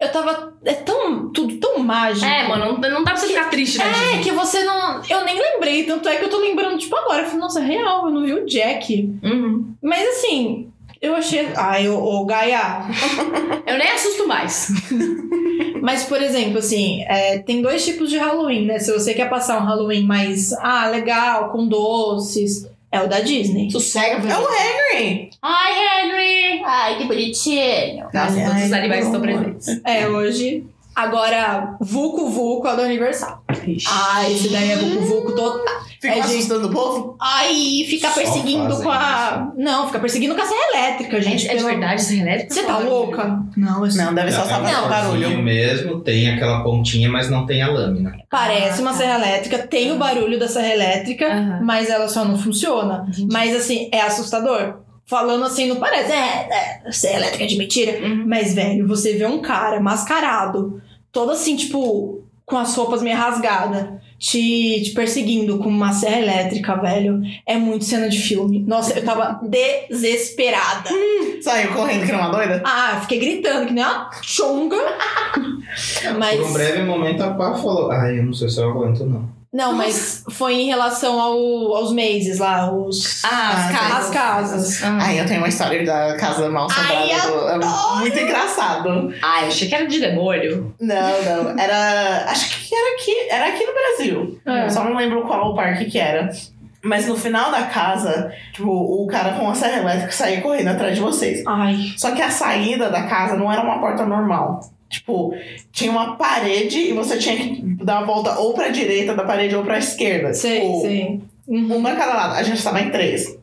S4: eu tava. É tão. Tudo tão mágico.
S2: É, mano, não, não dá pra você ficar triste, né?
S4: É,
S2: gente?
S4: que você não. Eu nem lembrei, tanto é que eu tô lembrando, tipo, agora. Eu falei, nossa, real, eu não vi o Jack.
S2: Uhum.
S4: Mas assim, eu achei. Ai, ô, ô Gaia,
S2: Eu nem assusto mais.
S4: Mas, por exemplo, assim, é, tem dois tipos de Halloween, né? Se você quer passar um Halloween mais, ah, legal, com doces, é o da Disney.
S2: Sossega,
S1: É o Henry.
S2: Ai, Henry! Ai, que bonitinho.
S1: Nossa,
S2: todos os
S1: ai,
S2: animais
S1: que
S2: estão
S1: horror.
S2: presentes.
S4: É, hoje Agora, Vulco Vulco é o da Universal.
S1: Ixi.
S4: Ah, esse daí é Vulco Vulco total.
S1: Ficou
S4: é, gente.
S1: assustando o povo?
S4: Ai, fica
S5: Só
S4: perseguindo
S5: fazem
S4: com a. Não, fica perseguindo com a serra elétrica, gente.
S6: É de
S4: pelo-
S6: verdade essa elétrica?
S4: Você tá louca? Não, eu sou.
S1: Não, deve só
S5: é um
S1: saber o
S5: fiozinho
S1: barulho.
S5: mesmo, tem aquela pontinha, mas não tem a lâmina.
S4: Parece
S6: Ah,
S4: uma
S6: tá.
S4: serra elétrica, tem o barulho da serra elétrica,
S6: Aham.
S4: mas ela só não funciona.
S2: Uhum.
S6: Entendi.
S4: Mas assim, é assustador. Falando assim, não parece, é, é serra elétrica de mentira.
S6: Uhum.
S4: Mas, velho, você vê um cara mascarado, todo assim, tipo, com as roupas meio rasgadas, te, te perseguindo com uma serra elétrica, velho. É muito cena de filme. Nossa, eu tava desesperada.
S1: Saiu correndo que era uma doida?
S4: Ah, eu fiquei gritando que nem uma chonga. Mas.
S5: Por um breve momento a Pá falou: Ai, eu não sei se eu aguento, não.
S4: Não, mas foi em relação ao- aos meses lá, os.
S6: Ah,
S1: Ah,
S4: as
S5: tá.
S4: casas.
S6: Ah.
S1: Aí eu tenho uma história da casa mal assombrada.
S4: Ai,
S1: do- é muito engraçado.
S6: Ah, eu achei que era de demônio.
S1: Não, não. Era. Acho que era aqui. Era aqui no Brasil. Eu
S4: É.
S1: Só não lembro qual o parque que era. Mas no final da casa, tipo, o cara com a serra elétrica saía correndo atrás de vocês.
S4: Ai.
S1: Só que a saída da casa não era uma porta normal. Tipo, tinha uma parede e você tinha que dar a volta ou pra direita da parede ou pra esquerda.
S4: Sei,
S1: tipo,
S4: sei. Uhum.
S1: Um pra cada lado. A gente tava em três.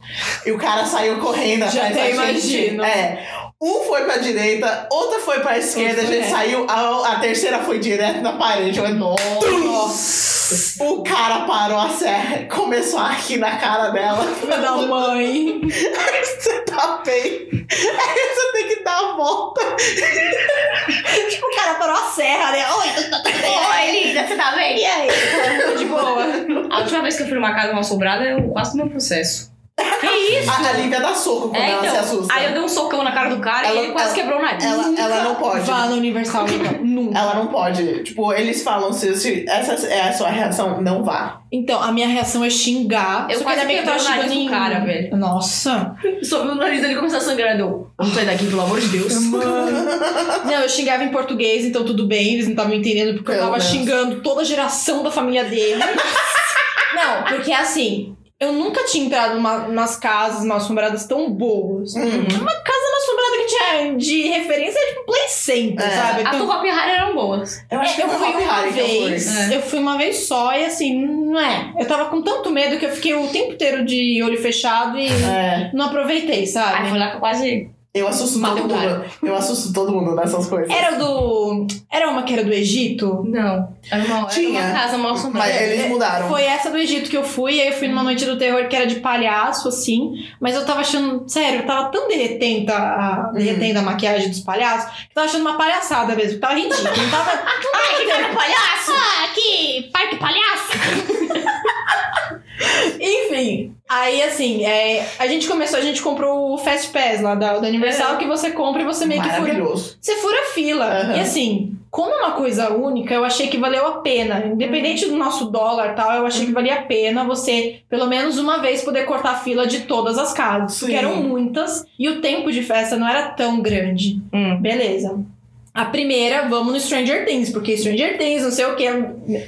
S1: E o cara saiu correndo
S4: Já
S1: atrás
S4: até
S1: da gente.
S4: imagino.
S1: É. Um foi pra direita, outra foi pra esquerda, a gente
S4: É.
S1: saiu, a, a terceira foi direto na parede. Eu falei, nossa. O cara parou a serra, começou a rir na cara dela.
S4: Filha da mãe.
S1: Você tá bem. Aí você tem que dar a volta.
S4: tipo, o cara parou a serra, né? Oi, é tô- tô- tô-
S3: Oi, linda, você tá bem? E aí?
S4: tô de boa.
S6: A última vez que eu fui numa casa mal assombrada, eu quase tomei um processo. Que isso?
S1: A, a Lívia dá soco quando
S6: É,
S1: ela se
S6: então.
S1: assusta.
S6: Aí eu dei um socão na cara do cara
S1: Ela-
S6: e ele quase
S1: ela-
S6: quebrou o nariz.
S1: ela, ela não pode.
S4: Vá no Universal, então. Nunca.
S1: Ela não pode. Tipo, eles falam se, se essa é a sua reação, não vá.
S4: Então, a minha reação é xingar.
S6: Eu
S4: só que
S6: quase
S4: ainda bem que eu tava
S6: quebrei o nariz
S4: xingando
S6: do cara,
S4: ninguém.
S6: velho.
S4: Nossa.
S6: Sobe o nariz dele e começou a sangrar. Eu, vamos sair daqui, pelo amor de Deus.
S4: Não, eu xingava em português, então tudo bem, eles não estavam entendendo porque eu
S1: Pelo
S4: tava
S1: menos.
S4: xingando toda a geração da família dele. não, porque assim, eu nunca tinha entrado numa, nas casas mal assombradas tão boas.
S1: Uhum.
S4: Uma casa mal assombrada que tinha de referência é tipo Play Center,
S1: É.
S4: sabe?
S6: A
S4: Então,
S6: tua e Harry eram boas.
S1: Eu acho que
S4: É, eu
S1: foi
S4: fui
S1: Hopi
S4: uma
S1: Hari que eu fui.
S4: vez,
S6: É.
S4: eu fui uma vez só e assim, não é. Eu tava com tanto medo que eu fiquei o tempo inteiro de olho fechado e
S1: É,
S4: não aproveitei,
S1: Ah,
S4: sabe?
S6: Aí foi lá que eu quase.
S1: eu assusto
S6: Matei
S1: todo
S6: o cara.
S1: mundo. Eu assusto todo mundo nessas coisas.
S4: Era do. Era uma que era do Egito?
S6: Não. Era uma,
S1: Tinha.
S6: Era uma casa mal assombrada.
S1: Mas eles mudaram.
S4: É, Foi essa do Egito que eu fui, aí eu fui numa noite do terror que era de palhaço, assim, mas eu tava achando, sério, eu tava tão derretendo a, derretendo a maquiagem dos palhaços, que eu tava achando uma palhaçada mesmo, tava ridículo, não tava... não tava
S3: Ai, que
S4: tendo-
S3: cara palhaço! Ah, que parque palhaço!
S4: Enfim, aí assim, é, a gente começou, a gente comprou o Fast Pass lá da, da Universal, que você compra e você meio que fura
S1: É. Maravilhoso.
S4: Você fura a fila.
S1: Aham.
S4: E assim, como é uma coisa única, eu achei que valeu a pena. Independente do nosso dólar e tal, eu achei que valia a pena você, pelo menos uma vez, poder cortar a fila de todas as casas.
S1: Sim.
S4: Porque eram muitas e o tempo de festa não era tão grande.
S6: Hum.
S4: Beleza. A primeira, vamos no Stranger Things, porque Stranger Things, não sei o quê.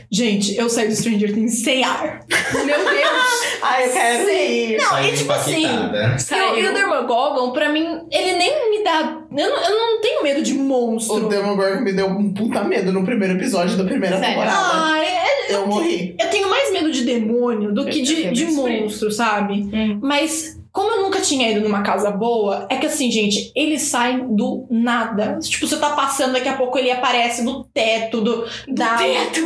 S4: Gente, eu saí do Stranger Things sem ar. Meu Deus!
S1: Ai, eu quero ir.
S4: Não,
S5: Saiu
S4: e tipo assim,
S5: impactada.
S4: Eu, e o
S6: Saiu.
S4: Demogorgon, pra mim, ele nem me dá. Eu não, eu não tenho medo de
S1: O né?
S4: monstro.
S1: Demogorgon me deu um puta medo no primeiro episódio da primeira
S6: Sério?
S1: temporada.
S4: Ai, é
S1: Eu morri.
S4: Eu tenho mais medo de demônio do que
S6: Eu
S4: de,
S6: tenho
S4: de
S6: mais medo.
S4: monstro, sabe?
S6: Hum.
S4: Mas como eu nunca tinha ido numa casa boa, é que assim, gente, eles saem do nada. Tipo, você tá passando, daqui a pouco ele aparece do teto, do, da,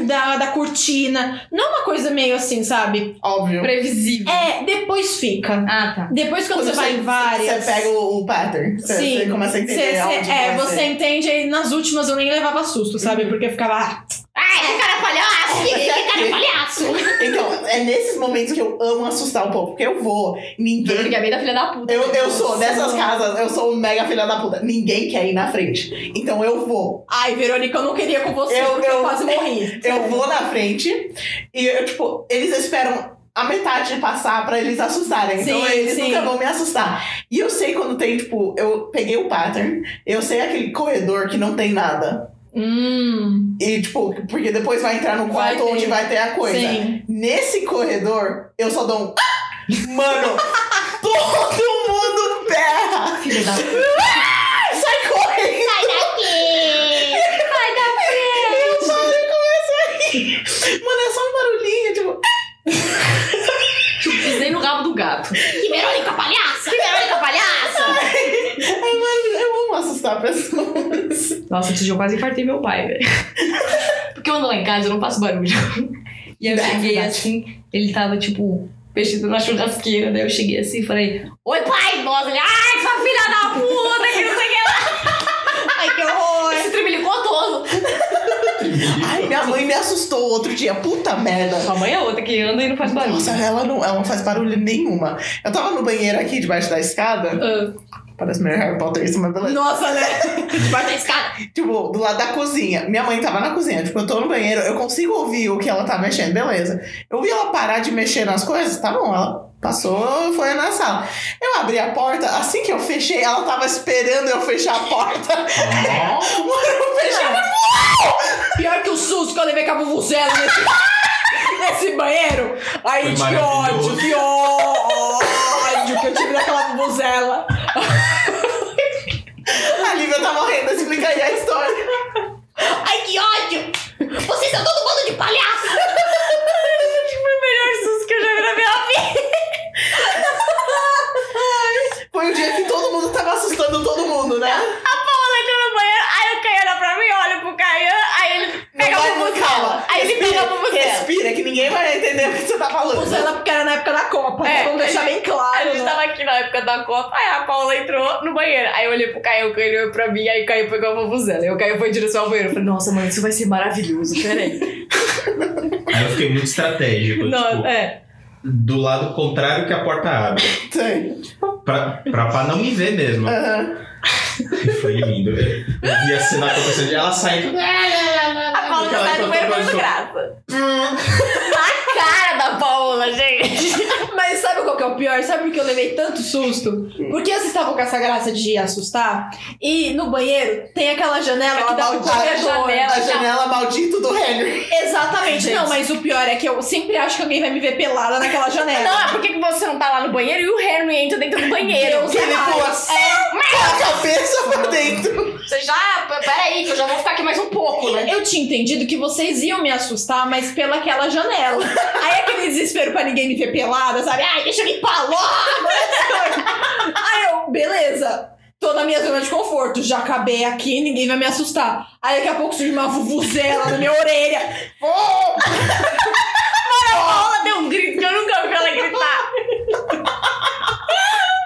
S4: Da, da cortina. Não é uma coisa meio assim, sabe?
S1: Óbvio.
S6: Previsível.
S4: É, depois fica.
S6: Ah, tá.
S4: Depois quando, você vai em várias.
S1: Você pega o, o pattern. Você,
S4: Sim.
S1: você começa a
S4: Cê-
S1: entender
S4: cê-
S1: aonde
S4: é,
S1: que vai
S4: você
S1: ser.
S4: entende aí nas últimas eu nem levava susto, sabe?
S1: Uhum.
S4: Porque eu ficava. "Ah,
S3: Ai, que
S6: é
S3: cara palhaço! Que, que cara palhaço!
S1: Então, é nesses momentos que eu amo assustar o povo. Porque eu vou. Ninguém.
S6: Porque é bem da filha da puta.
S1: Eu, eu sou dessas casas, eu sou um mega filha da puta. Ninguém quer ir na frente. Então eu vou.
S4: Ai, Verônica, eu não queria com você,
S1: Eu-
S4: porque eu,
S1: eu-
S4: quase morri.
S1: Eu vou na frente e eu, tipo, eles esperam a metade passar pra eles assustarem. então
S4: Sim,
S1: eles
S4: sim.
S1: nunca vão me assustar. E eu sei quando tem, tipo, eu peguei o pattern, eu sei aquele corredor que não tem nada.
S4: Hum.
S1: E, tipo, porque depois vai entrar no
S4: Vai
S1: quarto
S4: ter.
S1: onde vai ter a coisa.
S4: Sim.
S1: Nesse corredor, eu só dou um. "Ah!" Mano, todo mundo berra!
S6: Filha da puta.
S1: Sai correndo!
S3: Sai daqui!
S1: é um tipo, é um assustar pessoas.
S6: Nossa, esse dia eu quase infartei meu pai, velho. Porque eu ando lá em casa, eu não faço barulho. E aí eu cheguei assim, ele tava tipo, vestido na churrasqueira. Daí eu cheguei assim e falei: Oi, pai! Nossa, ele, ai, sua filha da puta, que não sei o que lá.
S4: Ai, que horror!
S6: Esse tremelico todo.
S1: Ai, minha mãe me assustou outro dia. Puta merda.
S6: Sua mãe é outra que anda e não faz barulho.
S1: Nossa, ela não, ela não faz barulho nenhuma. Eu tava no banheiro aqui, debaixo da escada.
S6: Ah.
S1: Parece meio Harry Potter isso, mas beleza.
S4: Nossa, né?
S3: Debaixo da escada.
S1: Tipo, do lado da cozinha. Minha mãe tava na cozinha. Tipo, eu tô no banheiro, eu consigo ouvir o que ela tá mexendo, beleza. Eu vi ela parar de mexer nas coisas, tá bom, ela passou, foi na sala. Eu abri a porta, assim que eu fechei, ela tava esperando eu fechar a porta. Mano, eu fechei, mas
S4: Pior que o susto que eu levei com a Vuvuzela nesse, nesse banheiro. Ai,
S5: Foi
S4: que
S5: maravilhoso.
S4: ódio, que ódio que eu tive daquela Vuvuzela.
S1: a Lívia tá morrendo, explica aí a história.
S3: Ai, que ódio. Vocês são todo mundo de palhaço.
S1: Foi o dia que todo mundo tava assustando todo mundo, né? A Paula entrou no banheiro, aí o Caio olha pra mim, olha pro Caio, aí ele pega a calma. Aí ele pega a bubuzela. Respira, que ninguém vai entender o que você tá falando.
S4: Vuvuzela porque era na época da Copa.
S2: É,
S4: É, vamos deixar bem
S2: A
S4: claro.
S2: gente
S4: né?
S2: tava aqui na época da Copa, aí a Paula entrou no banheiro. Aí eu olhei pro Caio, o Caio olhou pra mim, aí o Caio pegou a vovuzela. Aí o Caio foi em direção ao banheiro. Eu falei, nossa, mãe, isso vai ser maravilhoso, peraí.
S5: Aí eu fiquei muito estratégico.
S2: Não,
S5: tipo,
S2: é.
S5: do lado contrário que a porta abre.
S1: Tem.
S5: Pra, pra, pra não me ver mesmo.
S1: Aham.
S5: E foi lindo. Eu vi a cena acontecendo e ela saindo.
S2: A Paula
S5: Ela
S2: saiu do banheiro foi
S5: encontrou
S2: muito
S5: mais um.
S2: graça. A cara da Paula, gente.
S4: Mas sabe qual que é o pior? Sabe por que eu levei tanto susto? Porque vocês estavam com essa graça de assustar. E no banheiro tem aquela janela que dá um o
S1: maldita
S4: corredor.
S2: janela.
S1: um A janela maldito do Henry.
S4: Exatamente. Não, mas o pior é que eu sempre acho que alguém vai me ver pelada naquela janela.
S2: Não, é por que que você não tá lá no banheiro e o Henry entra dentro do banheiro?
S1: Que ele pula assim, a cabeça pra dentro.
S3: Você já... Peraí, que eu já vou ficar aqui mais um pouco, né?
S4: Eu tinha entendido que vocês iam me assustar, mas pelaquela janela. Aí aquele desespero pra ninguém me ver pelada, sabe? Ai, deixa eu limpar logo! né? Aí eu, beleza. Tô na minha zona de conforto, já acabei aqui, ninguém vai me assustar. Aí daqui a pouco surge uma vuvuzela na minha orelha.
S2: Paula deu um grito que eu nunca ouvi ela gritar.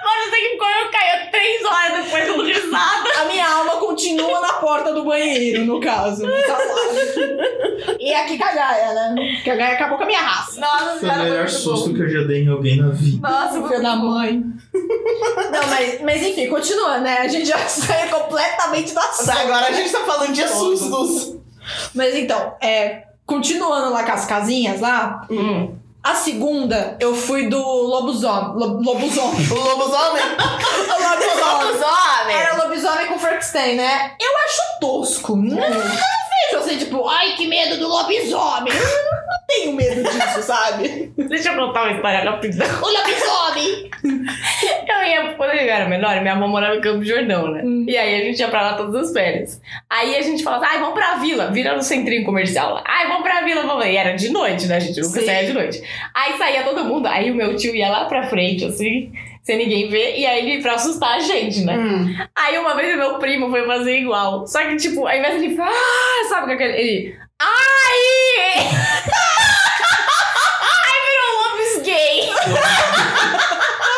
S2: Mano, eu sei que quando eu caí três horas depois do risada.
S4: A minha alma continua na porta do banheiro, no caso. Tá lá. E aqui com a Gaia, né? Que a Gaia acabou com a minha raça.
S2: Nossa,
S5: Foi o
S2: senhora,
S5: melhor
S2: muito
S5: susto que eu já dei em alguém na vida.
S2: bom. Nossa,
S4: Filho da mãe. Não, mas, mas enfim, continua, né? A gente já saiu completamente do assunto.
S1: Agora a gente tá falando de assustos.
S4: Mas então, é, continuando lá com as casinhas lá,
S6: Hum.
S4: a segunda eu fui do lobisomem. Lo, lobisomem.
S1: O lobisomem.
S4: lobisomem.
S2: os homens.
S4: Era lobisomem com Frankenstein, né? Eu acho tosco. Não, não vejo assim, tipo, ai que medo do lobisomem. Eu não tenho medo disso, sabe?
S2: Deixa eu contar uma história rapidão.
S3: O lobisomem.
S2: Eu ia, quando eu era menor, minha avó morava em Campo de Jordão, né? E aí a gente ia pra lá todas as férias. Aí a gente falava, ai, vamos pra vila. Vira no centrinho comercial lá. Ai, vamos pra vila, vamos. E era de noite, né, gente? Nunca
S4: Sim.
S2: saía de noite. Aí saía todo mundo. Aí o meu tio ia lá pra frente, assim, sem ninguém ver. E aí ele, pra assustar a gente, né?
S1: Hum.
S2: Aí uma vez o meu primo foi fazer igual. Só que, tipo, ao invés de ele falar, ah, sabe com aquele. Ele. Ai! Ai, virou um lobis gay!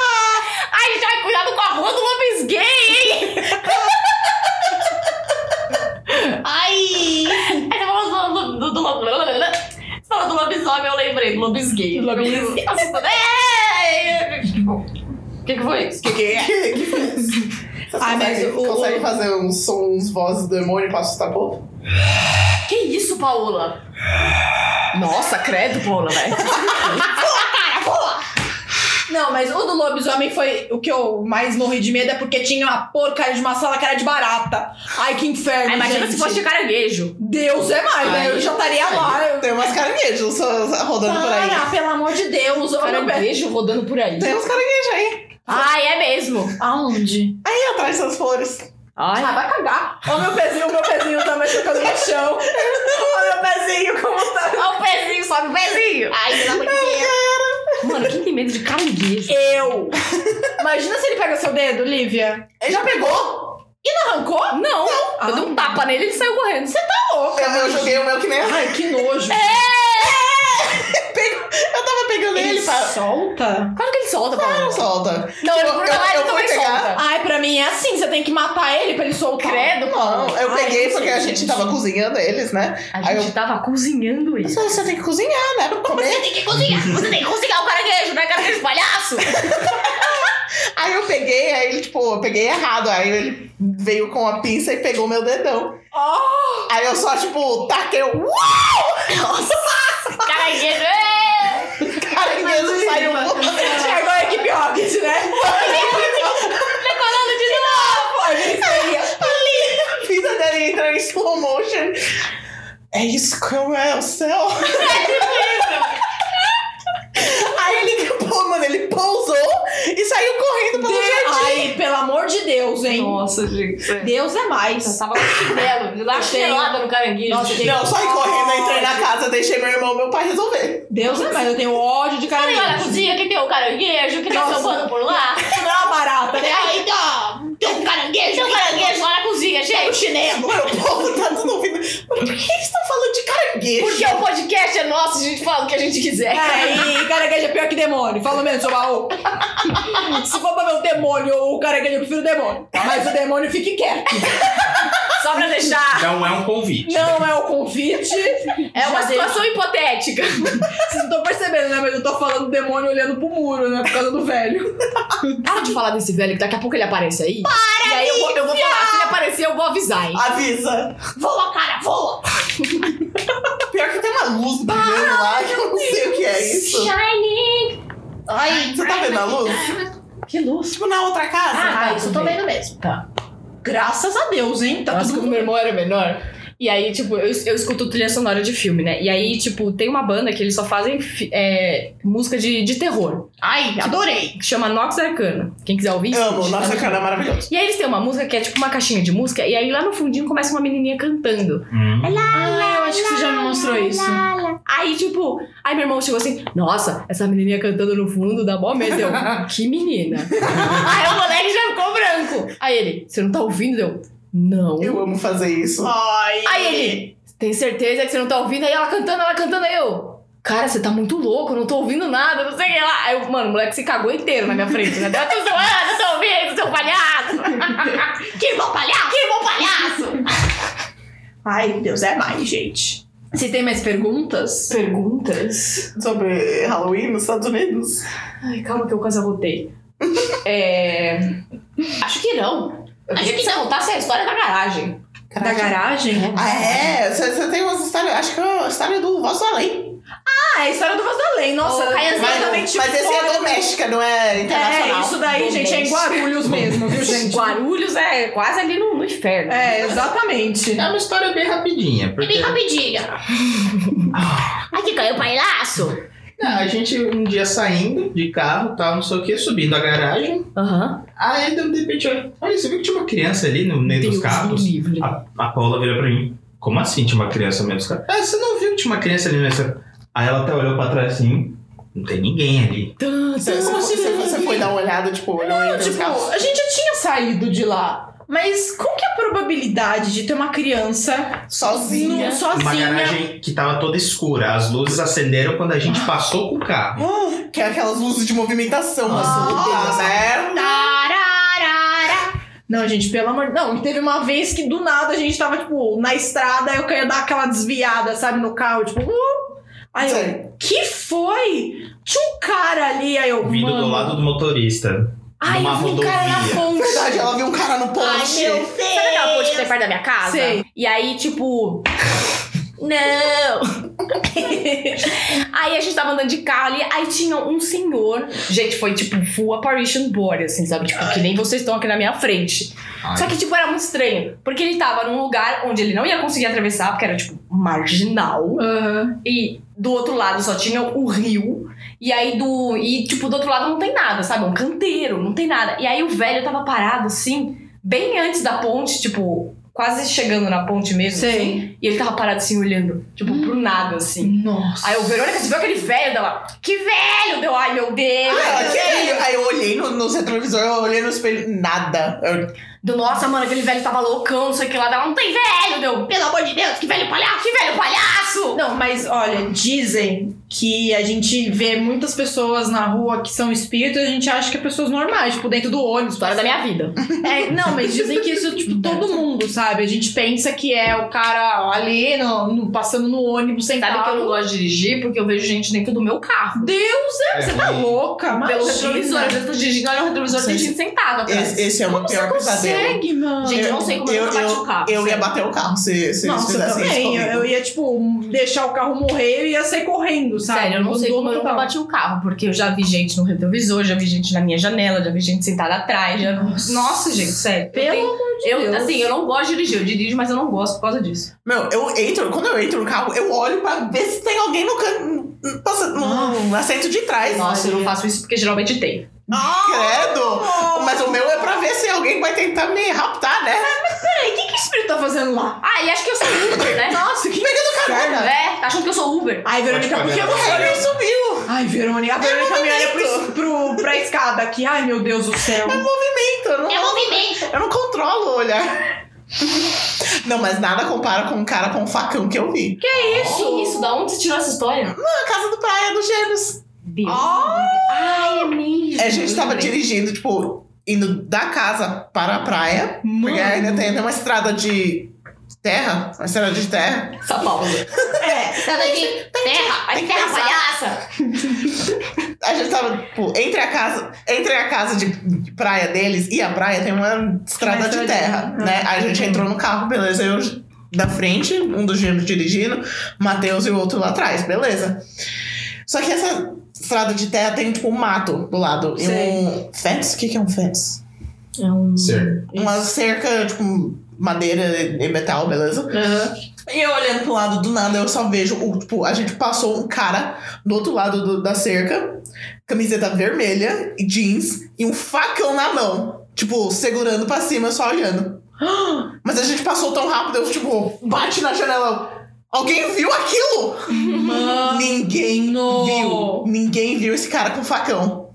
S2: Ai, gente, ai, cuidado com a rua do lobis gay, hein?
S3: Ai.
S2: Aí você falou do, do, do, lo- Você falou do lobisomem, eu lembrei do lobis gay. né? Lobis gay. Tipo, o que, que foi isso?
S1: Que que é? Vocês
S4: Ah, mas
S1: conseguem,
S4: o-
S1: conseguem fazer uns sons, vozes do demônio pra assustar o povo?
S2: Que isso, Paola? Nossa, credo, Paola, velho.
S4: Não, mas o do lobisomem foi o que eu mais morri de medo, é porque tinha uma porcaria de uma sala que era de barata. Ai, que inferno,
S2: Ai, Imagina
S4: gente.
S2: se fosse de caranguejo.
S4: Deus é mais, né? Eu já estaria lá. Eu...
S1: Tem umas caranguejos só- só rodando por aí.
S4: Para, pelo amor de Deus. olha o pé.
S2: Caranguejo um rodando por aí.
S1: Tem uns caranguejos aí.
S2: Ai, é mesmo.
S4: Aonde?
S1: Aí atrás dessas flores.
S4: Ah,
S2: Ai.
S4: vai cagar. Olha o meu pezinho, o meu pezinho tá machucando no chão. Olha o meu pezinho, como tá.
S2: Olha o pezinho, sobe o pezinho.
S3: Ai, pelo amor de Deus.
S2: Mano, quem tem medo de um caranguejo?
S4: Eu. Imagina se ele pega seu dedo, Lívia.
S1: Ele já pegou?
S4: E não arrancou?
S2: Não! eu dei um tapa nele e ele saiu correndo. Você tá
S1: Eu, eu joguei o meu que nem. Eu
S4: Ai, que nojo.
S1: tava pegando É, ele,
S4: Ele
S1: pra.
S4: solta?
S2: Claro que ele solta, Paulo.
S1: Não Ah, solta.
S2: Não, ele por
S1: eu-
S2: lá
S1: eu
S2: ele
S1: fui
S2: também
S1: pegar-
S2: solta.
S4: Ai, pra mim é assim, você tem que matar ele pra ele soltar.
S2: Credo,
S1: Não, eu
S4: Ai,
S1: peguei
S4: não
S1: porque
S4: sei,
S1: a gente
S4: gente.
S1: tava cozinhando eles, né?
S2: A
S1: Aí
S2: gente tava cozinhando
S1: eu
S2: isso.
S1: falei, você tem que cozinhar, né? Pra comer.
S3: Você tem que cozinhar. Você tem que cozinhar o caranguejo,
S2: é
S3: né? Caranguejo palhaço.
S1: Aí eu peguei, aí ele, tipo, eu peguei errado. Aí ele veio com a pinça e pegou meu dedão. Aí eu só, tipo, taquei o
S3: Caranguejo.
S2: é.
S1: caranguejo e saiu voando.
S4: Chegou a equipe Rocket, né?
S3: Decorando de novo.
S1: A vida dele entrou em slow motion. É isso como é o céu. Aí ele, pô, mano, ele pousou e saiu correndo pelo jardim.
S4: Ai, pelo amor de Deus, hein?
S2: Nossa, gente.
S4: Deus é
S2: Eu
S4: mais.
S2: tava com um chinelo. Eu tava
S4: Eu tenho-
S2: chinelada no caranguejo.
S4: Nossa, eu tenho-
S1: Não, saí correndo, entrei na casa, deixei meu irmão e meu pai resolver.
S4: Deus é mais. Eu tenho ódio de
S3: Tem lá na
S4: caranguejo.
S3: cozinha que tem o caranguejo que tá
S4: Nossa.
S3: salvando por lá.
S4: Não é uma barata, né?
S3: Tem aí, tá. Tem um caranguejo. Tem um caranguejo lá na cozinha,
S2: É
S3: gente.
S1: Chinelo. Mano, o povo tá tudo ouvindo. Mano, por que eles estão falando de caranguejo?
S2: Porque o podcast é nosso, a gente fala o que a gente quiser.
S4: Ai, caranguejo é pior que demônio. Fala mesmo, seu baú. Se for pra ver o demônio ou o caranguejo, eu prefiro o demônio. Mas o demônio fique quieto.
S2: Só pra deixar.
S5: Não é um convite.
S4: Não é o convite.
S2: É uma
S4: Já dei-
S2: situação hipotética.
S4: Vocês não estão percebendo, né? Mas eu tô falando demônio olhando pro muro, né? Por causa do velho.
S2: Para de falar desse velho, que daqui a pouco ele aparece aí. Para! E aí eu vou, eu vou falar. Se ele aparecer, eu vou avisar, hein?
S1: Avisa.
S3: Voa, cara, voa.
S1: Pior que tem uma luz brilhando lá que eu não sei o que é isso.
S3: Shining. Ai,
S1: Você tá vendo a luz?
S2: Que luz.
S1: Tipo, na outra casa.
S2: Ah,
S3: Ah, isso eu tô vendo mesmo.
S4: Tá. Graças a Deus, hein? Tá
S2: Nossa,
S4: tudo
S2: quando meu irmão era menor. E aí, tipo, eu, eu escuto trilha sonora de filme, né? E aí, tipo, tem uma banda que eles só fazem fi- é, música de, de terror,
S3: Ai, adorei.
S2: que chama Nox Arcana. Quem quiser ouvir,
S1: Amo,
S2: escute.
S1: nossa cara é maravilhoso.
S2: E aí eles têm uma música que é tipo uma caixinha de música, e aí lá no fundinho começa uma menininha cantando.
S5: Uhum.
S2: Ah, eu acho que você já me mostrou isso. Aí, tipo, aí meu irmão chegou assim, nossa, essa menininha cantando no fundo dá mó medo. Eu, que menina. aí o moleque já ficou branco. Aí ele, você não tá ouvindo? Eu, não.
S1: Eu amo fazer isso.
S4: Ai.
S2: Aí ele, tem certeza que você não tá ouvindo? Aí ela cantando, ela cantando, aí eu... Cara, você tá muito louco, eu não tô ouvindo nada, não sei o que lá. Aí, eu, mano, o moleque se cagou inteiro na minha frente, né? Eu tô zoando, eu tô ouvindo, seu palhaço.
S3: Que bom palhaço. Que bom palhaço.
S4: Ai, Deus é mais, gente. Vocês têm mais perguntas?
S2: Perguntas?
S1: Sobre Halloween nos Estados Unidos.
S2: Ai, calma que eu quase voltei. é...
S3: Acho que não. Acho que não.
S2: Tá sem a história da garagem.
S4: Da garagem?
S1: Ah, é? Você- Você tem umas histórias. Acho que é a história do Voz Além.
S4: Ah, é a história do Voz da Lei. Nossa, é
S3: Ô, Caio,
S1: Mas,
S4: completamente
S1: mas esse é
S4: fora.
S1: doméstica, não é internacional.
S4: É, isso daí, gente, é em Guarulhos mesmo, viu, gente?
S2: Guarulhos é quase ali no, no inferno.
S4: É, exatamente.
S5: É uma história bem
S4: É
S5: rapidinha.
S3: E
S5: Porque
S3: bem rapidinha. Aqui caiu o palhaço.
S5: Não, a gente um dia saindo de carro, tal, não sei o que, subindo a garagem.
S2: Aham.
S5: Aí de repente, olha, olha, você viu que tinha uma criança ali no meio dos Ah, carros?
S2: livre.
S5: A, a Paula virou pra mim. Como assim tinha uma criança no meio dos carros? Ah, você não viu que tinha uma criança ali nessa. Aí ela até olhou pra trás assim. Não tem ninguém ali.
S1: Você, você- você- você foi dar uma olhada, tipo, olhou entre os
S4: Tipo,
S1: carros.
S4: a gente já tinha saído de lá. Mas qual que é a probabilidade de ter uma criança
S1: Sozinha.
S4: no-
S5: Uma
S4: sozinha?
S5: garagem que tava toda escura. As luzes acenderam quando a
S4: Ah.
S5: gente passou com o carro.
S1: Ah, Que é aquelas luzes de movimentação,
S4: Ah,
S1: assim, tá, né?
S3: Tararara.
S4: Não, gente, pelo amor de Não, teve uma vez que do nada a gente tava, tipo, na estrada, aí eu queria dar aquela desviada, sabe, no carro, tipo, uh! Aí
S1: Sei.
S4: eu, que foi? Tinha um cara ali, aí eu.
S5: Vindo
S4: mano,
S5: do lado do motorista.
S2: Ai,
S5: numa
S2: eu vi um cara na
S5: rodovia.
S2: ponte.
S1: Verdade, ela viu um cara no
S3: Ai,
S1: poste.
S3: meu
S2: Sabe aquela ponte que
S3: Deus.
S2: tem perto da minha casa?
S4: Sei.
S2: E aí, tipo. Não! aí a gente tava andando de carro ali, aí tinha um senhor. Gente, foi tipo full apparition board, assim, sabe? Tipo, que nem vocês estão aqui na minha frente.
S5: Ai,
S4: tá-
S2: Só que, tipo, era muito estranho. Porque ele tava num lugar onde ele não ia conseguir atravessar, porque era, tipo, marginal.
S4: Aham.
S2: E do outro lado só tinha o rio. E aí do. E, tipo, do outro lado não tem nada, sabe? É Um canteiro, não tem nada. E aí o velho tava parado, assim, bem antes da ponte, tipo, quase chegando na ponte mesmo. assim.
S4: Sei.
S2: e ele tava parado, assim, olhando, tipo, pro nada, assim.
S4: Nossa.
S2: Aí o Verônica, você viu aquele velho dela? Que velho! Deu, ai é meu Deus!
S1: Ah, ela, que velho. Aí eu olhei no, no seu televisor, eu olhei no espelho, nada. Eu,
S2: Do nossa, mano, aquele velho tava loucão, não sei o que lá. Ela não tem velho, deu.
S3: Pelo amor de Deus, que velho palhaço!
S2: Que velho palhaço!
S4: Não, mas olha, dizem que a gente vê muitas pessoas na rua que são espíritas e a gente acha que é pessoas normais, tipo, dentro do ônibus.
S2: História da minha vida.
S4: É, não, mas dizem que isso, tipo, todo mundo, sabe? A gente pensa que é o cara ali, no, no- passando no ônibus, sentado.
S2: Sabe que eu não gosto de dirigir porque eu vejo gente dentro do meu carro.
S4: Deus, é,
S5: É,
S4: você tá
S5: ruim.
S4: louca, mas...
S2: Pelo né? retrovisor, às vezes eu tô dirigindo, olha o retrovisor, tem
S1: Sim.
S2: gente sentada atrás.
S1: Esse, esse é o meu pior pesadelo.
S4: Ah, Consegue, mano.
S2: Gente, eu não sei como eu,
S1: Eu-
S2: nunca bati o carro.
S1: Eu ia
S2: sério.
S1: bater o carro se, se eles
S4: Nossa, eu
S1: fizessem isso
S4: também. Eu,
S1: comigo.
S4: eu ia, tipo, deixar o carro morrer e ia sair correndo, sabe?
S2: Sério, eu não sei como eu nunca bati o carro, porque eu já vi gente no retrovisor, já vi gente na minha janela, já vi gente sentada atrás. Já... Nossa. gente, sério.
S4: Pelo
S2: eu, tenho- eu,
S4: Deus.
S2: Assim, eu não gosto de dirigir, eu dirijo, mas eu não gosto por causa disso.
S1: Meu, eu entro, quando eu entro no carro, eu olho pra ver se tem alguém no can... passa- no assento de trás.
S2: Nossa, eu não faço isso porque geralmente tem.
S1: Credo! Mas o meu é pra ver se alguém vai tentar me raptar, né?
S4: O que o espírito tá fazendo lá?
S2: Ah, e acho que eu sou Uber, né?
S1: Nossa, que pegando carona!
S2: É, tá achando que eu sou Uber.
S4: Ai, Verônica,
S5: Pode
S4: por que
S5: pagar.
S4: você olha
S1: Ele subiu!
S4: Ai, Verônica, a Verônica me olha pro, pro, pra escada aqui. Ai, meu Deus do céu.
S1: Então, eu não-
S3: É movimento!
S1: Eu não controlo o olhar. Não, mas nada compara com um cara com um facão que eu vi.
S2: Que isso? Da onde você tirou essa história?
S1: Na casa do praia do Gêmeos.
S2: Deus.
S4: Ó,
S2: Ai, é mesmo.
S1: Ah. A gente tava
S2: Eu lembrei.
S1: dirigindo, tipo, indo da casa para a praia. Porque né? ainda tem uma estrada de terra. Uma estrada de terra.
S2: Essa pausa.
S4: é.
S3: Tá daqui, terra! Aí terra palhaça!
S1: A gente tava, tipo, entre a casa, entre a casa de, de praia deles e a praia tem uma estrada
S4: Uma
S1: de
S4: estradinha.
S1: terra, né? A gente entrou no carro, beleza. Eu da frente, um dos gêmeos dirigindo, Matheus e o outro lá atrás, beleza. Só que essa estrada de terra tem, tipo, um mato do lado. E
S4: Sei.
S1: um fence? O que que é um fence?
S5: Certo.
S1: Uma cerca, tipo, madeira e e metal, beleza? E eu olhando pro lado do nada, eu só vejo, o, tipo, a gente passou um cara do outro lado do- da cerca, camiseta vermelha e jeans e um facão na mão. Tipo, segurando pra cima, só olhando. Mas a gente passou tão rápido, eu, tipo, bate na janela. eu, Alguém viu aquilo?
S2: Ah,
S4: Mano.
S1: Ninguém
S4: No.
S1: viu. Ninguém viu esse cara com facão.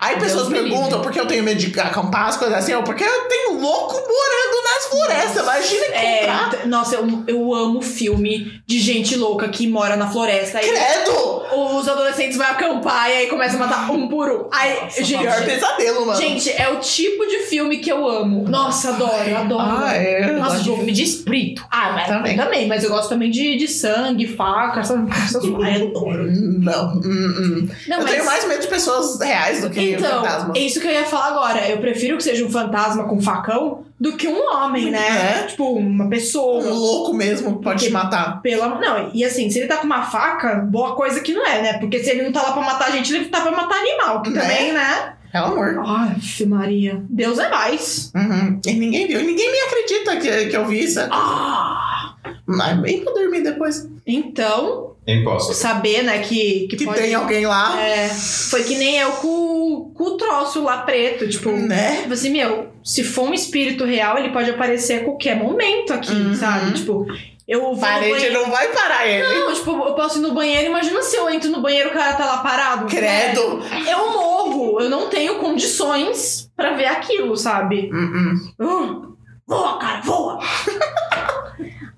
S1: Aí
S2: Deus
S1: pessoas
S2: me livre.
S1: perguntam por que eu tenho medo de acampar, as coisas assim. ó, Porque eu tenho louco morando nas florestas. Imagina
S4: É,
S1: encontrar.
S4: t- nossa, eu, eu amo filme de gente louca que mora na floresta. Aí
S1: Credo!
S4: os adolescentes vão acampar e aí começa a matar um por um. Aí, gente,
S1: Pior pesadelo, mano.
S4: gente, é o tipo de filme que eu amo. Nossa, adoro, adoro.
S1: ah, é. eu
S4: Nossa,
S1: gosto de-
S4: eu-
S2: Filme de espírito.
S4: Ah, mas
S1: Também.
S4: também. mas eu gosto também de, de sangue, faca, essas essas coisas. Ai, eu adoro.
S1: Não. hum, hum.
S4: Não,
S1: eu
S4: mas-
S1: tenho mais medo de pessoas reais do que um
S4: Então,
S1: fantasmas.
S4: é isso que eu ia falar agora. Eu prefiro que seja um fantasma com facão do que um homem, né?
S1: É.
S4: Tipo, uma
S1: Um
S4: pessoa.
S1: louco mesmo pode te
S4: Porque-
S1: matar.
S4: Pela... Não, e assim, se ele tá com uma faca, boa coisa que não é, né? Porque se ele não tá lá pra matar gente, ele tá pra matar animal. Que
S1: Né?
S4: também, né?
S1: É o amor.
S4: Aff, Maria. Deus é mais.
S1: Uhum. E ninguém viu. E ninguém me acredita que, que eu vi isso.
S4: Ah!
S1: Mas bem pra dormir depois.
S4: Então,
S5: É imposto.
S4: saber, né, que, que,
S1: Que
S4: pode-
S1: tem alguém lá,
S4: É, foi que nem eu com, com o troço lá preto, tipo.
S1: né?
S4: Tipo assim, meu, se for um espírito real, ele pode aparecer a qualquer momento aqui,
S1: Uhum.
S4: sabe? Tipo, eu vou no
S1: Parede
S4: banheiro.
S1: não vai parar ele.
S4: Não, tipo, eu posso ir no banheiro, imagina se eu entro no banheiro e o cara tá lá parado.
S1: Credo.
S4: Eu morro, eu não tenho condições pra ver aquilo, sabe?
S1: Hum, hum.
S4: Uh, voa, cara, voa!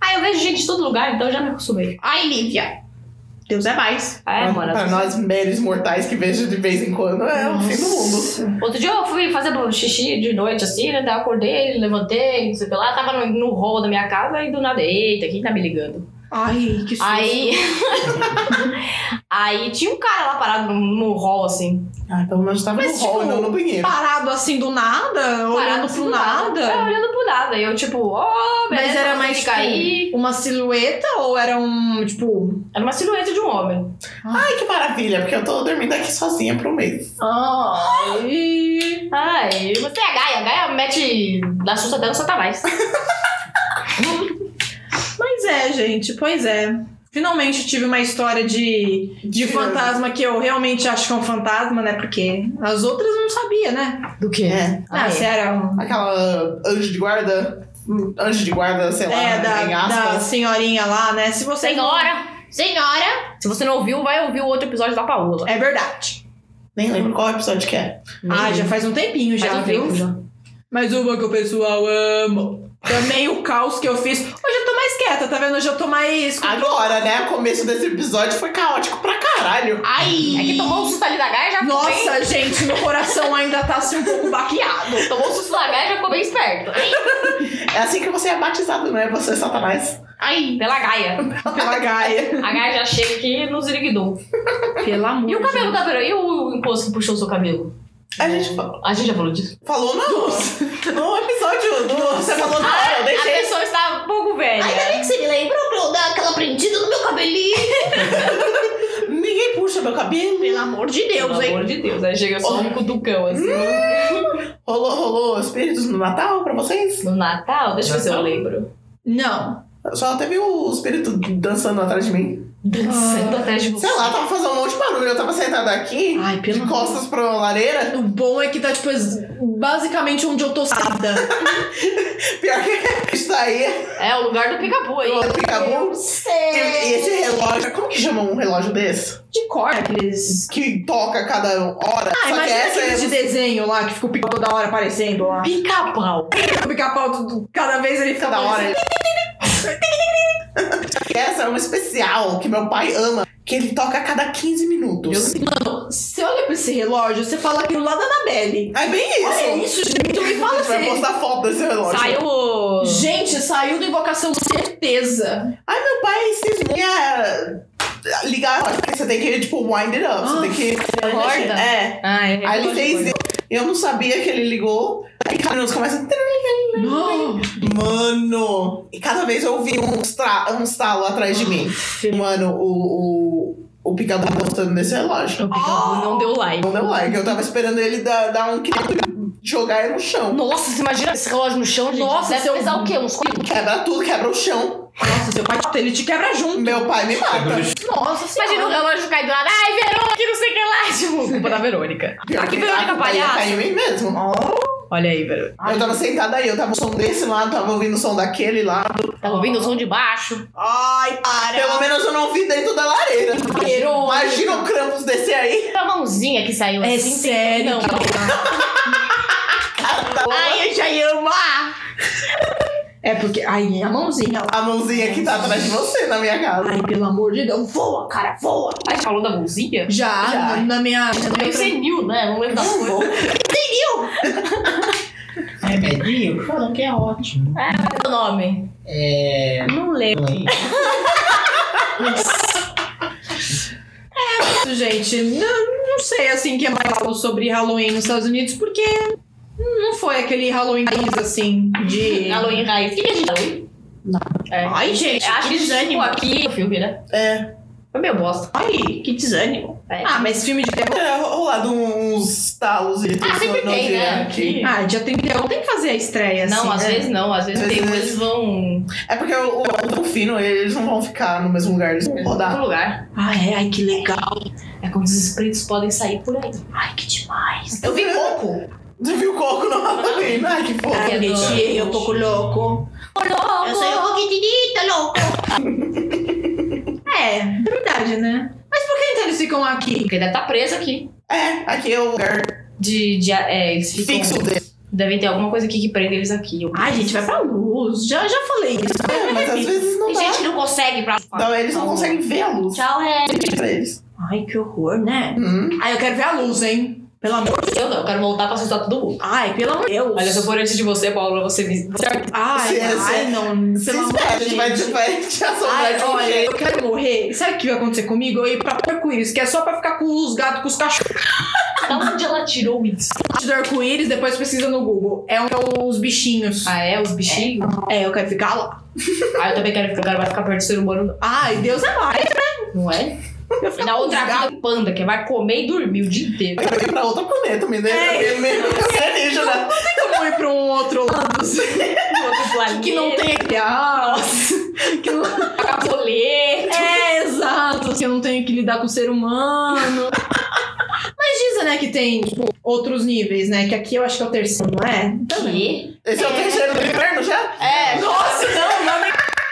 S2: Ah, eu vejo gente de todo lugar, então eu já me acostumei.
S4: Ai, Lívia. Deus é mais.
S2: É, mano.
S1: Pra nós meros mortais que vejo de vez em quando, é o fim do mundo.
S2: Outro dia eu fui fazer um xixi de noite, assim, né? Daí eu acordei, levantei, não sei o que lá. Tava no, no hall da minha casa e do nada, eita, quem tá me ligando?
S4: Ai, que susto.
S2: Aí. aí tinha um cara lá parado no, no hall, assim.
S1: Ah, pelo menos tava
S4: Mas,
S1: no hall,
S4: tipo,
S1: não no banheiro.
S4: Parado assim do nada, olhando
S2: assim,
S4: pro
S2: do
S4: nada.
S2: É, olhando pro nada. E eu, tipo, ó, oh,
S4: Mas era mais, tipo,
S2: cair.
S4: Uma silhueta ou era um, tipo.
S2: Era uma silhueta de um homem.
S1: Ai, que maravilha, porque eu tô dormindo aqui sozinha por um mês.
S4: Ai.
S2: Ai, você é a Gaia. A Gaia mete. Da susta dela, só tá mais.
S4: Mas é, gente, pois é. Finalmente tive uma história de, de fantasma que eu realmente acho que é um fantasma, né? Porque as outras eu não sabia, né?
S2: Do que?
S1: É.
S4: Ah,
S2: é.
S4: se era um.
S1: Aquela uh, anjo de guarda. Anjo de guarda, sei lá,
S4: É, da,
S1: em
S4: da
S1: aspas.
S4: senhorinha lá, né? Se você.
S2: Senhora!
S3: Senhora!
S2: Se você não ouviu, vai ouvir o outro episódio da Paola.
S4: É verdade.
S1: Nem lembro qual episódio que é.
S4: Ah, já faz um tempinho
S2: Hum.
S4: já,
S2: Faz um
S4: viu?
S2: tempo já.
S4: Mas uma que o pessoal ama. Também o caos que eu fiz. Hoje eu tô mais quieta, tá vendo? Hoje eu tô mais.
S1: Agora, né? O começo desse episódio foi caótico pra caralho.
S3: Ai!
S2: É que tomou um susto ali da gaia e já ficou bem-
S4: Nossa, gente, meu coração ainda tá assim um pouco baqueado.
S2: Tomou um susto da gaia e já ficou bem esperto.
S1: É assim que você é batizado, não é você, Satanás?
S3: Ai!
S2: Pela gaia.
S1: Pela Gaia.
S2: A gaia já chega aqui e nos liquidou.
S4: Pelo amor
S2: E o cabelo
S4: da.
S2: da Verônica? E o imposto que puxou o seu cabelo?
S1: A
S4: É.
S1: gente fa-
S2: A gente já falou disso?
S1: falou no, no episódio do. Você falou no. eu
S2: A
S1: deixei.
S2: pessoa está um pouco velha.
S3: Ainda bem que você me lembrou pra eu dar aquela prendida no meu cabelinho.
S1: Ninguém puxa meu cabelo.
S3: Pelo amor de Deus,
S2: Pelo
S3: hein?
S2: amor de Deus. Aí chega só um cutucão assim.
S1: Rolou, rolou espíritos no Natal pra vocês?
S2: No Natal? Deixa eu ver se eu
S5: Natal.
S2: lembro.
S4: Não.
S1: Só teve o espírito dançando atrás de mim.
S2: Dançando atrás de você.
S1: Sei lá, tava fazendo um monte de barulho. Eu tava sentada aqui,
S4: Ai, pelo
S1: de costas pra lareira.
S4: O bom é que tá, tipo, basicamente onde eu tô sada.
S1: Pior que isso aí,
S2: É o lugar do pica-pau aí.
S1: o picabu. E
S4: É.
S1: e esse relógio, como que chama um relógio desse?
S4: De cor, aqueles.
S1: Que toca a cada hora.
S4: Ah,
S1: Só que
S4: imagina
S1: essa
S4: aqueles
S1: é.
S4: de desenho lá que fica o pica toda hora aparecendo lá.
S2: Pica-pau.
S4: O pica-pau, tudo- cada vez ele fica
S1: Cada hora.
S4: aparecendo.
S1: Só que essa é uma especial que meu pai ama. Que ele toca a cada 15 minutos.
S4: Você olha pra esse relógio, você fala aquilo lá da Anabelle.
S1: É bem isso.
S4: Olha isso, gente, me
S1: A
S4: fala
S1: gente vai
S4: assim.
S1: postar foto desse relógio.
S2: Saiu o...
S4: Gente, saiu da invocação certeza.
S1: Ai, meu pai cismou ia ligar, porque você tem que, tipo, wind it up. Você
S4: Ah,
S1: tem que.
S2: acorda?
S1: É.
S2: Ah,
S1: Aí
S2: é
S1: ele
S2: relógio,
S1: fez.
S2: coisa.
S1: isso. Eu não sabia que ele ligou. Aí cada minuto começa.
S4: Não.
S1: Mano! E cada vez eu ouvi um, stra- um estalo atrás de mim. Mano, o, o, o picador gostando desse relógio.
S2: O pica-pau
S4: Oh!
S2: não deu like.
S1: Não deu like. Eu tava esperando ele dar, dar um clique, jogar ele no chão.
S2: Nossa, você imagina esse relógio no chão, gente?
S4: Nossa,
S2: Deve
S4: seu-
S2: pesar o quê? Uns quatro...
S1: Quebra tudo, quebra o chão.
S4: Nossa, seu pai, tá- ele te quebra junto.
S1: Meu pai me
S4: tá-
S1: mata.
S4: Nossa
S2: Imagina o relógio cair do nada. Ai, Verônica, que não sei o que lá. Tipo, culpa da Verônica.
S1: Pior tá,
S2: que Verônica
S1: a culpa ia
S2: palhaça.
S1: cair em mim mesmo.
S2: Olha aí, Verônica.
S1: Eu tava sentada aí, eu tava o som desse lado, tava ouvindo o som daquele lado.
S2: Tá ouvindo o som de baixo?
S4: Ai, para.
S1: Pelo menos eu não vi dentro da lareira.
S2: Verônica.
S1: Imagina o Krampus descer aí.
S2: A mãozinha que saiu
S4: É
S2: assim.
S4: sério.
S2: Não,
S4: Ai, eu já ia amar. É porque... Ai, a mãozinha lá.
S1: A mãozinha que tá atrás de você na minha casa.
S4: Ai, pelo amor de Deus. Voa, cara, voa.
S2: a gente falou da mãozinha?
S4: Já,
S1: Já.
S4: Na, na minha... Na minha
S2: Meio senil, né? Não lembro das coisas.
S5: Remedinho? Falam que é ótimo.
S2: Qual é o nome?
S5: É.
S2: Não lembro.
S4: É Isso, gente. Não, não sei assim que mais falou sobre Halloween nos Estados Unidos, porque não foi aquele Halloween raiz, assim, de.
S2: Halloween Raiz. O que que a gente Halloween? Não. É.
S4: Ai, gente,
S2: Acho
S4: que
S2: que
S4: desânimo.
S2: tipo, aqui o filme, né?
S1: É.
S2: Foi meio bosta.
S4: Ai, que desânimo.
S2: É.
S4: Ah, mas filme de terror.
S1: É, rolado uns estalos e
S2: Ah, sempre tem, né?
S1: aqui.
S2: Aqui.
S4: Ah, dia 31 tem que fazer a estreia, assim.
S2: Não, às
S4: né?
S2: vezes não. Às vezes
S1: Às
S2: tem,
S1: vezes-
S2: eles vão
S1: É porque o, o Delfino, eles não vão ficar no mesmo lugar, eles vão
S2: em outro
S1: rodar.
S2: lugar.
S4: Ah, é? Ai, que legal.
S2: É quando os espíritos podem sair por aí.
S4: Ai, que demais.
S1: Eu vi coco. Você viu coco no Halloween? Ai, é que fofo.
S2: é
S4: Ai, gente, eu tô com louco.
S3: Eu sou o Roquitinita, louco!
S4: É, é verdade, né? Mas por que então eles ficam aqui?
S2: Porque deve estar preso aqui.
S1: É, aqui é o lugar
S2: De, de, é, eles ficam...
S1: fixo dele.
S2: Devem ter alguma coisa aqui que prende eles aqui.
S4: Ai, gente, vai pra luz. Já, já falei isso. né?
S1: É, mas às vezes não
S2: Tem
S1: dá.
S2: gente que não consegue pra...
S1: Então eles não conseguem ver a luz.
S2: Tchau, é.
S1: Gente, pra eles.
S4: Ai, que horror, né?
S1: Hum.
S4: Ai, eu quero ver a luz, hein? Pelo amor de
S2: Eu não, eu quero voltar pra assustar todo mundo.
S4: Ai, pelo amor de Deus.
S2: Olha, se eu for antes de você, Paula, você me... Você...
S4: Ai,
S1: Se-
S4: ai,
S1: se-
S4: não.
S1: Se
S4: Pelo amor
S1: espera, é, a
S4: de
S1: gente vai
S4: Deus.
S1: te, vai te assombrar
S4: Ai,
S1: de um
S4: olha,
S1: jeito.
S4: eu quero morrer. Sabe o que vai acontecer comigo? Eu ia pra arco-íris, que é só pra ficar com os gatos, com os cachorros
S2: Da onde ela tirou isso?
S4: do arco-íris, depois pesquisa no Google. É um, é os bichinhos.
S2: Ah, é? Os bichinhos?
S4: É, eu quero ficar lá.
S2: Ah, eu também quero ficar, agora vai ficar perto do ser humano, não.
S4: Ai, Deus é mais.
S2: Não é? E na outra vida, o panda, que vai comer e dormir o dia inteiro.
S1: Eu ia pra outro planeta, me deu
S4: É.
S1: mesmo alienígena.
S4: Eu vou ir pra um outro lado assim, que não tem real. Que não...
S2: cabolê.
S4: É, exato. Que eu não tenho que lidar com o ser humano. Mas dizem, né, que tem, tipo, outros níveis, né? Que aqui eu acho que é o terceiro, não é?
S2: Que?
S1: Esse é o terceiro do inferno já?
S2: É.
S4: Nossa, não, não.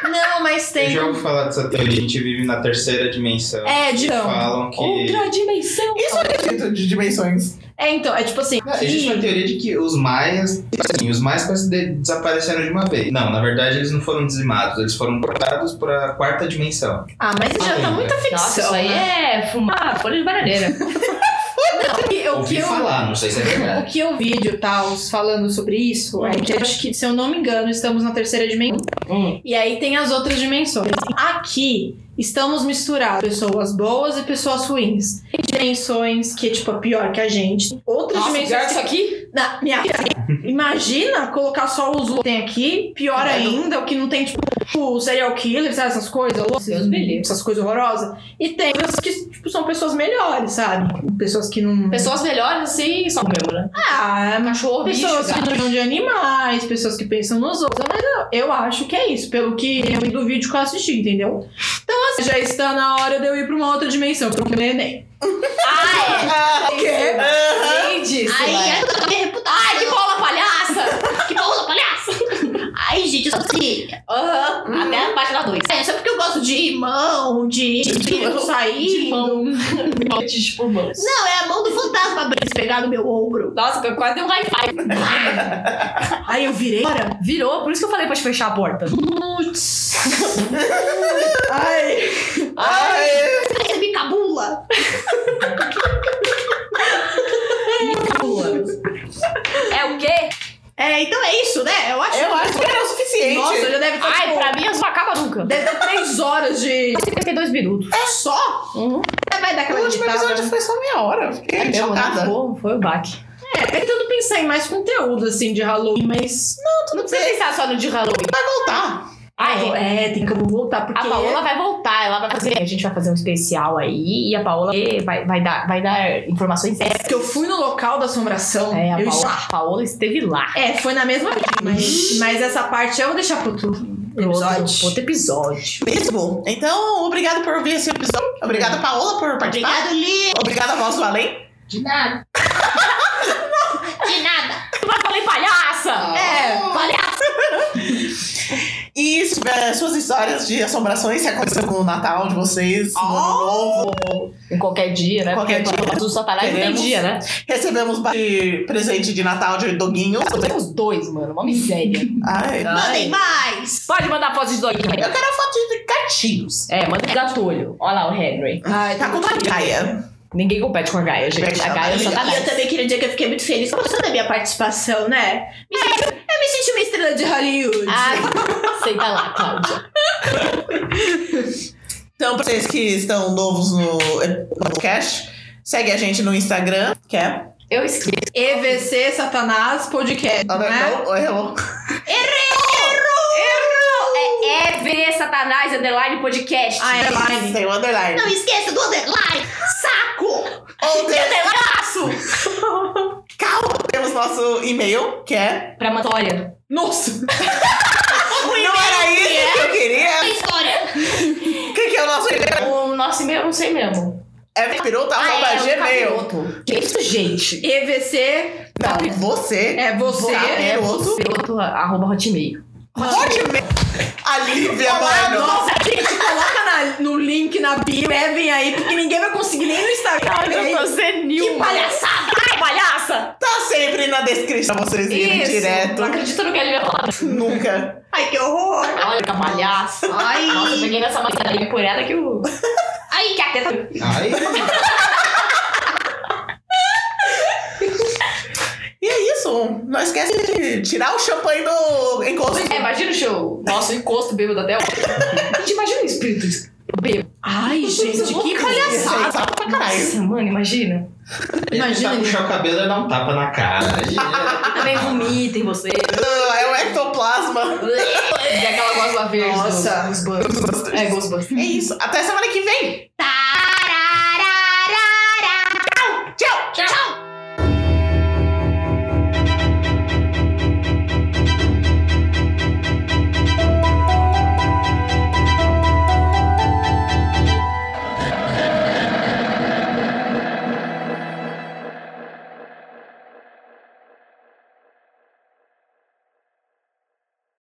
S4: Não, mas
S5: Eu
S4: tem. um-
S5: já ouvi falar dessa teoria. A gente vive na terceira dimensão.
S4: É, Digão.
S5: Falam que.
S2: Outra dimensão.
S1: Isso é de, de dimensões.
S4: É, então, é tipo assim.
S5: Existe uma teoria de que os maias, assim, os maias quase de- desapareceram de uma vez. Não, na verdade eles não foram dizimados, eles foram cortados para a quarta dimensão.
S4: Ah, mas isso já tá muita ficção.
S6: Nossa, isso aí
S4: né?
S6: é fumar folha de bananeira.
S4: Não, o que- o que
S5: Ouvi
S4: eu. um-
S5: falar, não sei se é
S4: O
S5: verdade.
S4: que eu vi de tal falando sobre isso, é que acho que, se eu não me engano, estamos na terceira dimensão.
S2: Hum.
S4: E aí tem as outras dimensões. Aqui estamos misturados pessoas boas e pessoas ruins. Tem dimensões que é tipo é pior que a gente. Outras
S2: Nossa, pior
S4: dimensões.
S2: que
S4: que-
S2: isso aqui?
S4: Na- minha filha, Imagina colocar só os loucos que tem aqui, pior ainda, o que não tem, tipo, o serial killer, sabe? Essas coisas, loucas,
S6: Deus me livre.
S4: essas coisas horrorosas. E tem as que, tipo, são pessoas melhores, sabe? Pessoas que não.
S6: Pessoas melhores assim, só mesmo, né?
S4: Ah, mas
S6: Cachorro,
S4: Pessoas
S6: bicho,
S4: que
S6: gato.
S4: não de animais, pessoas que pensam nos outros. Mas eu, eu acho que é isso, pelo que eu vi do vídeo que eu assisti, entendeu? Então, assim, já está na hora de eu ir pra uma outra dimensão, porque eu tô no Enem.
S6: Ai,
S1: Ah,
S4: quê?
S1: ah,
S6: quem disse?
S3: Aí,
S4: é
S6: vai?
S3: aí eu também reputada.
S6: Ai, que bola palhaça!
S3: Que porra, palhaço! Ai, gente, eu sou assim.
S6: Aham, até
S2: Hum.
S6: a página 2.
S3: É, só porque eu gosto de
S4: Irmão, de espírito
S6: De
S4: sair.
S6: mão. Malditos por mãos.
S3: Não, é a mão do fantasma pra eles pegar no meu ombro.
S6: Nossa, que eu quase dei um hi-fi.
S4: Aí eu virei. Bora.
S2: Virou, por isso que eu falei pra te fechar a porta.
S4: Ai,
S1: ai.
S3: Você me cabula.
S6: É o quê?
S4: É, então é isso, né? Eu acho.
S1: Eu acho que era o suficiente.
S4: Nossa, já deve estar.
S2: Ai,
S4: tipo,
S2: pra mim isso não acaba nunca.
S4: Deve dar três horas de.
S2: 52 minutos.
S4: É Só?
S2: Uhum.
S4: Vai dar
S1: o
S4: aquela né?
S1: último
S4: editada.
S1: episódio foi só meia hora. eu Fiquei
S2: Não,
S1: chocada.
S2: Tá Foi, foi o baque.
S4: É, tentando pensar em mais conteúdo, assim, de Halloween, mas. Não, tudo
S2: Não precisa pensar só no de Halloween.
S1: Vai voltar.
S2: Ah, é.
S4: é? tem que eu vou voltar, porque.
S2: A Paola vai voltar, ela vai fazer. A gente vai fazer um especial aí e a Paola vai, vai dar, vai dar informações É, extras.
S4: Porque é eu fui no local da assombração.
S2: É, a
S4: eu
S2: Paola,
S4: estive-
S2: a Paola esteve lá.
S4: É, foi na mesma vez, mas, mas essa parte eu vou deixar pro outro
S2: Pro outro-
S4: episódio.
S2: um outro episódio.
S1: Mesmo. Então, obrigado por ouvir esse episódio. Obrigada, Paola, por participar.
S3: Obrigado, Li.
S1: É. Obrigada, voz do além.
S3: De nada. De nada.
S2: Mas eu falei
S3: Ah.
S2: palhaça!
S4: É,
S1: E se tiver suas histórias de assombrações, se aconteceu com o Natal de vocês, no Ano Novo,
S2: Em qualquer dia, né?
S1: Qualquer
S2: Porque
S1: dia.
S2: O Satanás não tem
S1: Queremos.
S2: dia, né?
S1: recebemos ba- de presente de Natal de doguinho.
S2: Temos dois, mano. Uma miséria.
S1: Ai,
S3: Mandem mais.
S2: Pode mandar foto de doguinho.
S1: eu quero a foto de gatinhos.
S2: É, manda um gatolho. Olha lá o Henry.
S1: Ai, tá com uma gaia.
S2: Ninguém compete com a Gaia, gente. A Gaia é o
S4: E eu
S2: Satanás.
S4: também queria dizer que eu fiquei muito feliz com toda a minha participação, né? Me senti- eu me senti uma estrela de Hollywood.
S2: Ai, Ah, senta lá, Cláudia.
S1: Então, pra vocês que estão novos no no podcast, segue a gente no Instagram, que é.
S2: Eu esqueci.
S4: EVC Satanás Podcast,
S1: Ah, não,
S4: né?
S1: não, errou.
S2: É, é ver Satanás Underline Podcast.
S4: Ah, é Line.
S1: Tem um underline.
S3: Não esqueça do underline. Saco.
S1: Ou
S2: Passo!
S1: temos nosso e-mail, que é.
S2: Pra Matória.
S4: Nossa! Um
S1: Não era
S4: é?
S1: isso que eu queria.
S3: Que história.
S1: O que, que é o nosso e-mail?
S2: O nosso e-mail eu não sei mesmo.
S1: É
S4: Ah,
S1: capiroto,
S2: é,
S1: arroba
S4: um
S2: o
S1: gmail.
S2: capiroto. Que é isso, gente? Tá,
S4: EVC
S1: Não, você. Tá,
S4: é você.
S1: Capiroto.
S2: Capiroto, é arroba hotmail.
S1: Hotmail. A Lívia, mano.
S4: Nossa, gente, coloca na- no link na bio, levem aí, porque ninguém vai conseguir nem no Instagram.
S2: senil. Que palhaçada! Ai, palhaça!
S1: Tá sempre na descrição pra vocês irem direto.
S2: Não acredito no que ele vai falar.
S1: Nunca.
S4: Ai, que horror!
S2: Olha, que palhaça.
S4: Ai.
S2: Nossa, eu peguei nessa maçarinha curada que o...
S3: Aí, que a
S2: tá-
S3: teta.
S5: Ai,
S1: E é isso. Não esquece de tirar o champanhe do encosto.
S2: É, imagina o show. Nossa, o encosto bêbado até hoje. Gente, imagina o espírito bêbado.
S4: Ai, gente, que palhaçada!
S1: Sabe pra caralho.
S2: Nossa, mano, imagina.
S4: Imagina.
S5: Imagina. tá, puxar o cabelo e dar um tapa na cara. é,
S2: Também vomita em você.
S1: Ah, É o ectoplasma.
S2: E aquela gosma verde.
S4: Nossa.
S2: Dos, dos Ghostbusters. É, Ghostbusters.
S1: É isso. Até semana que vem.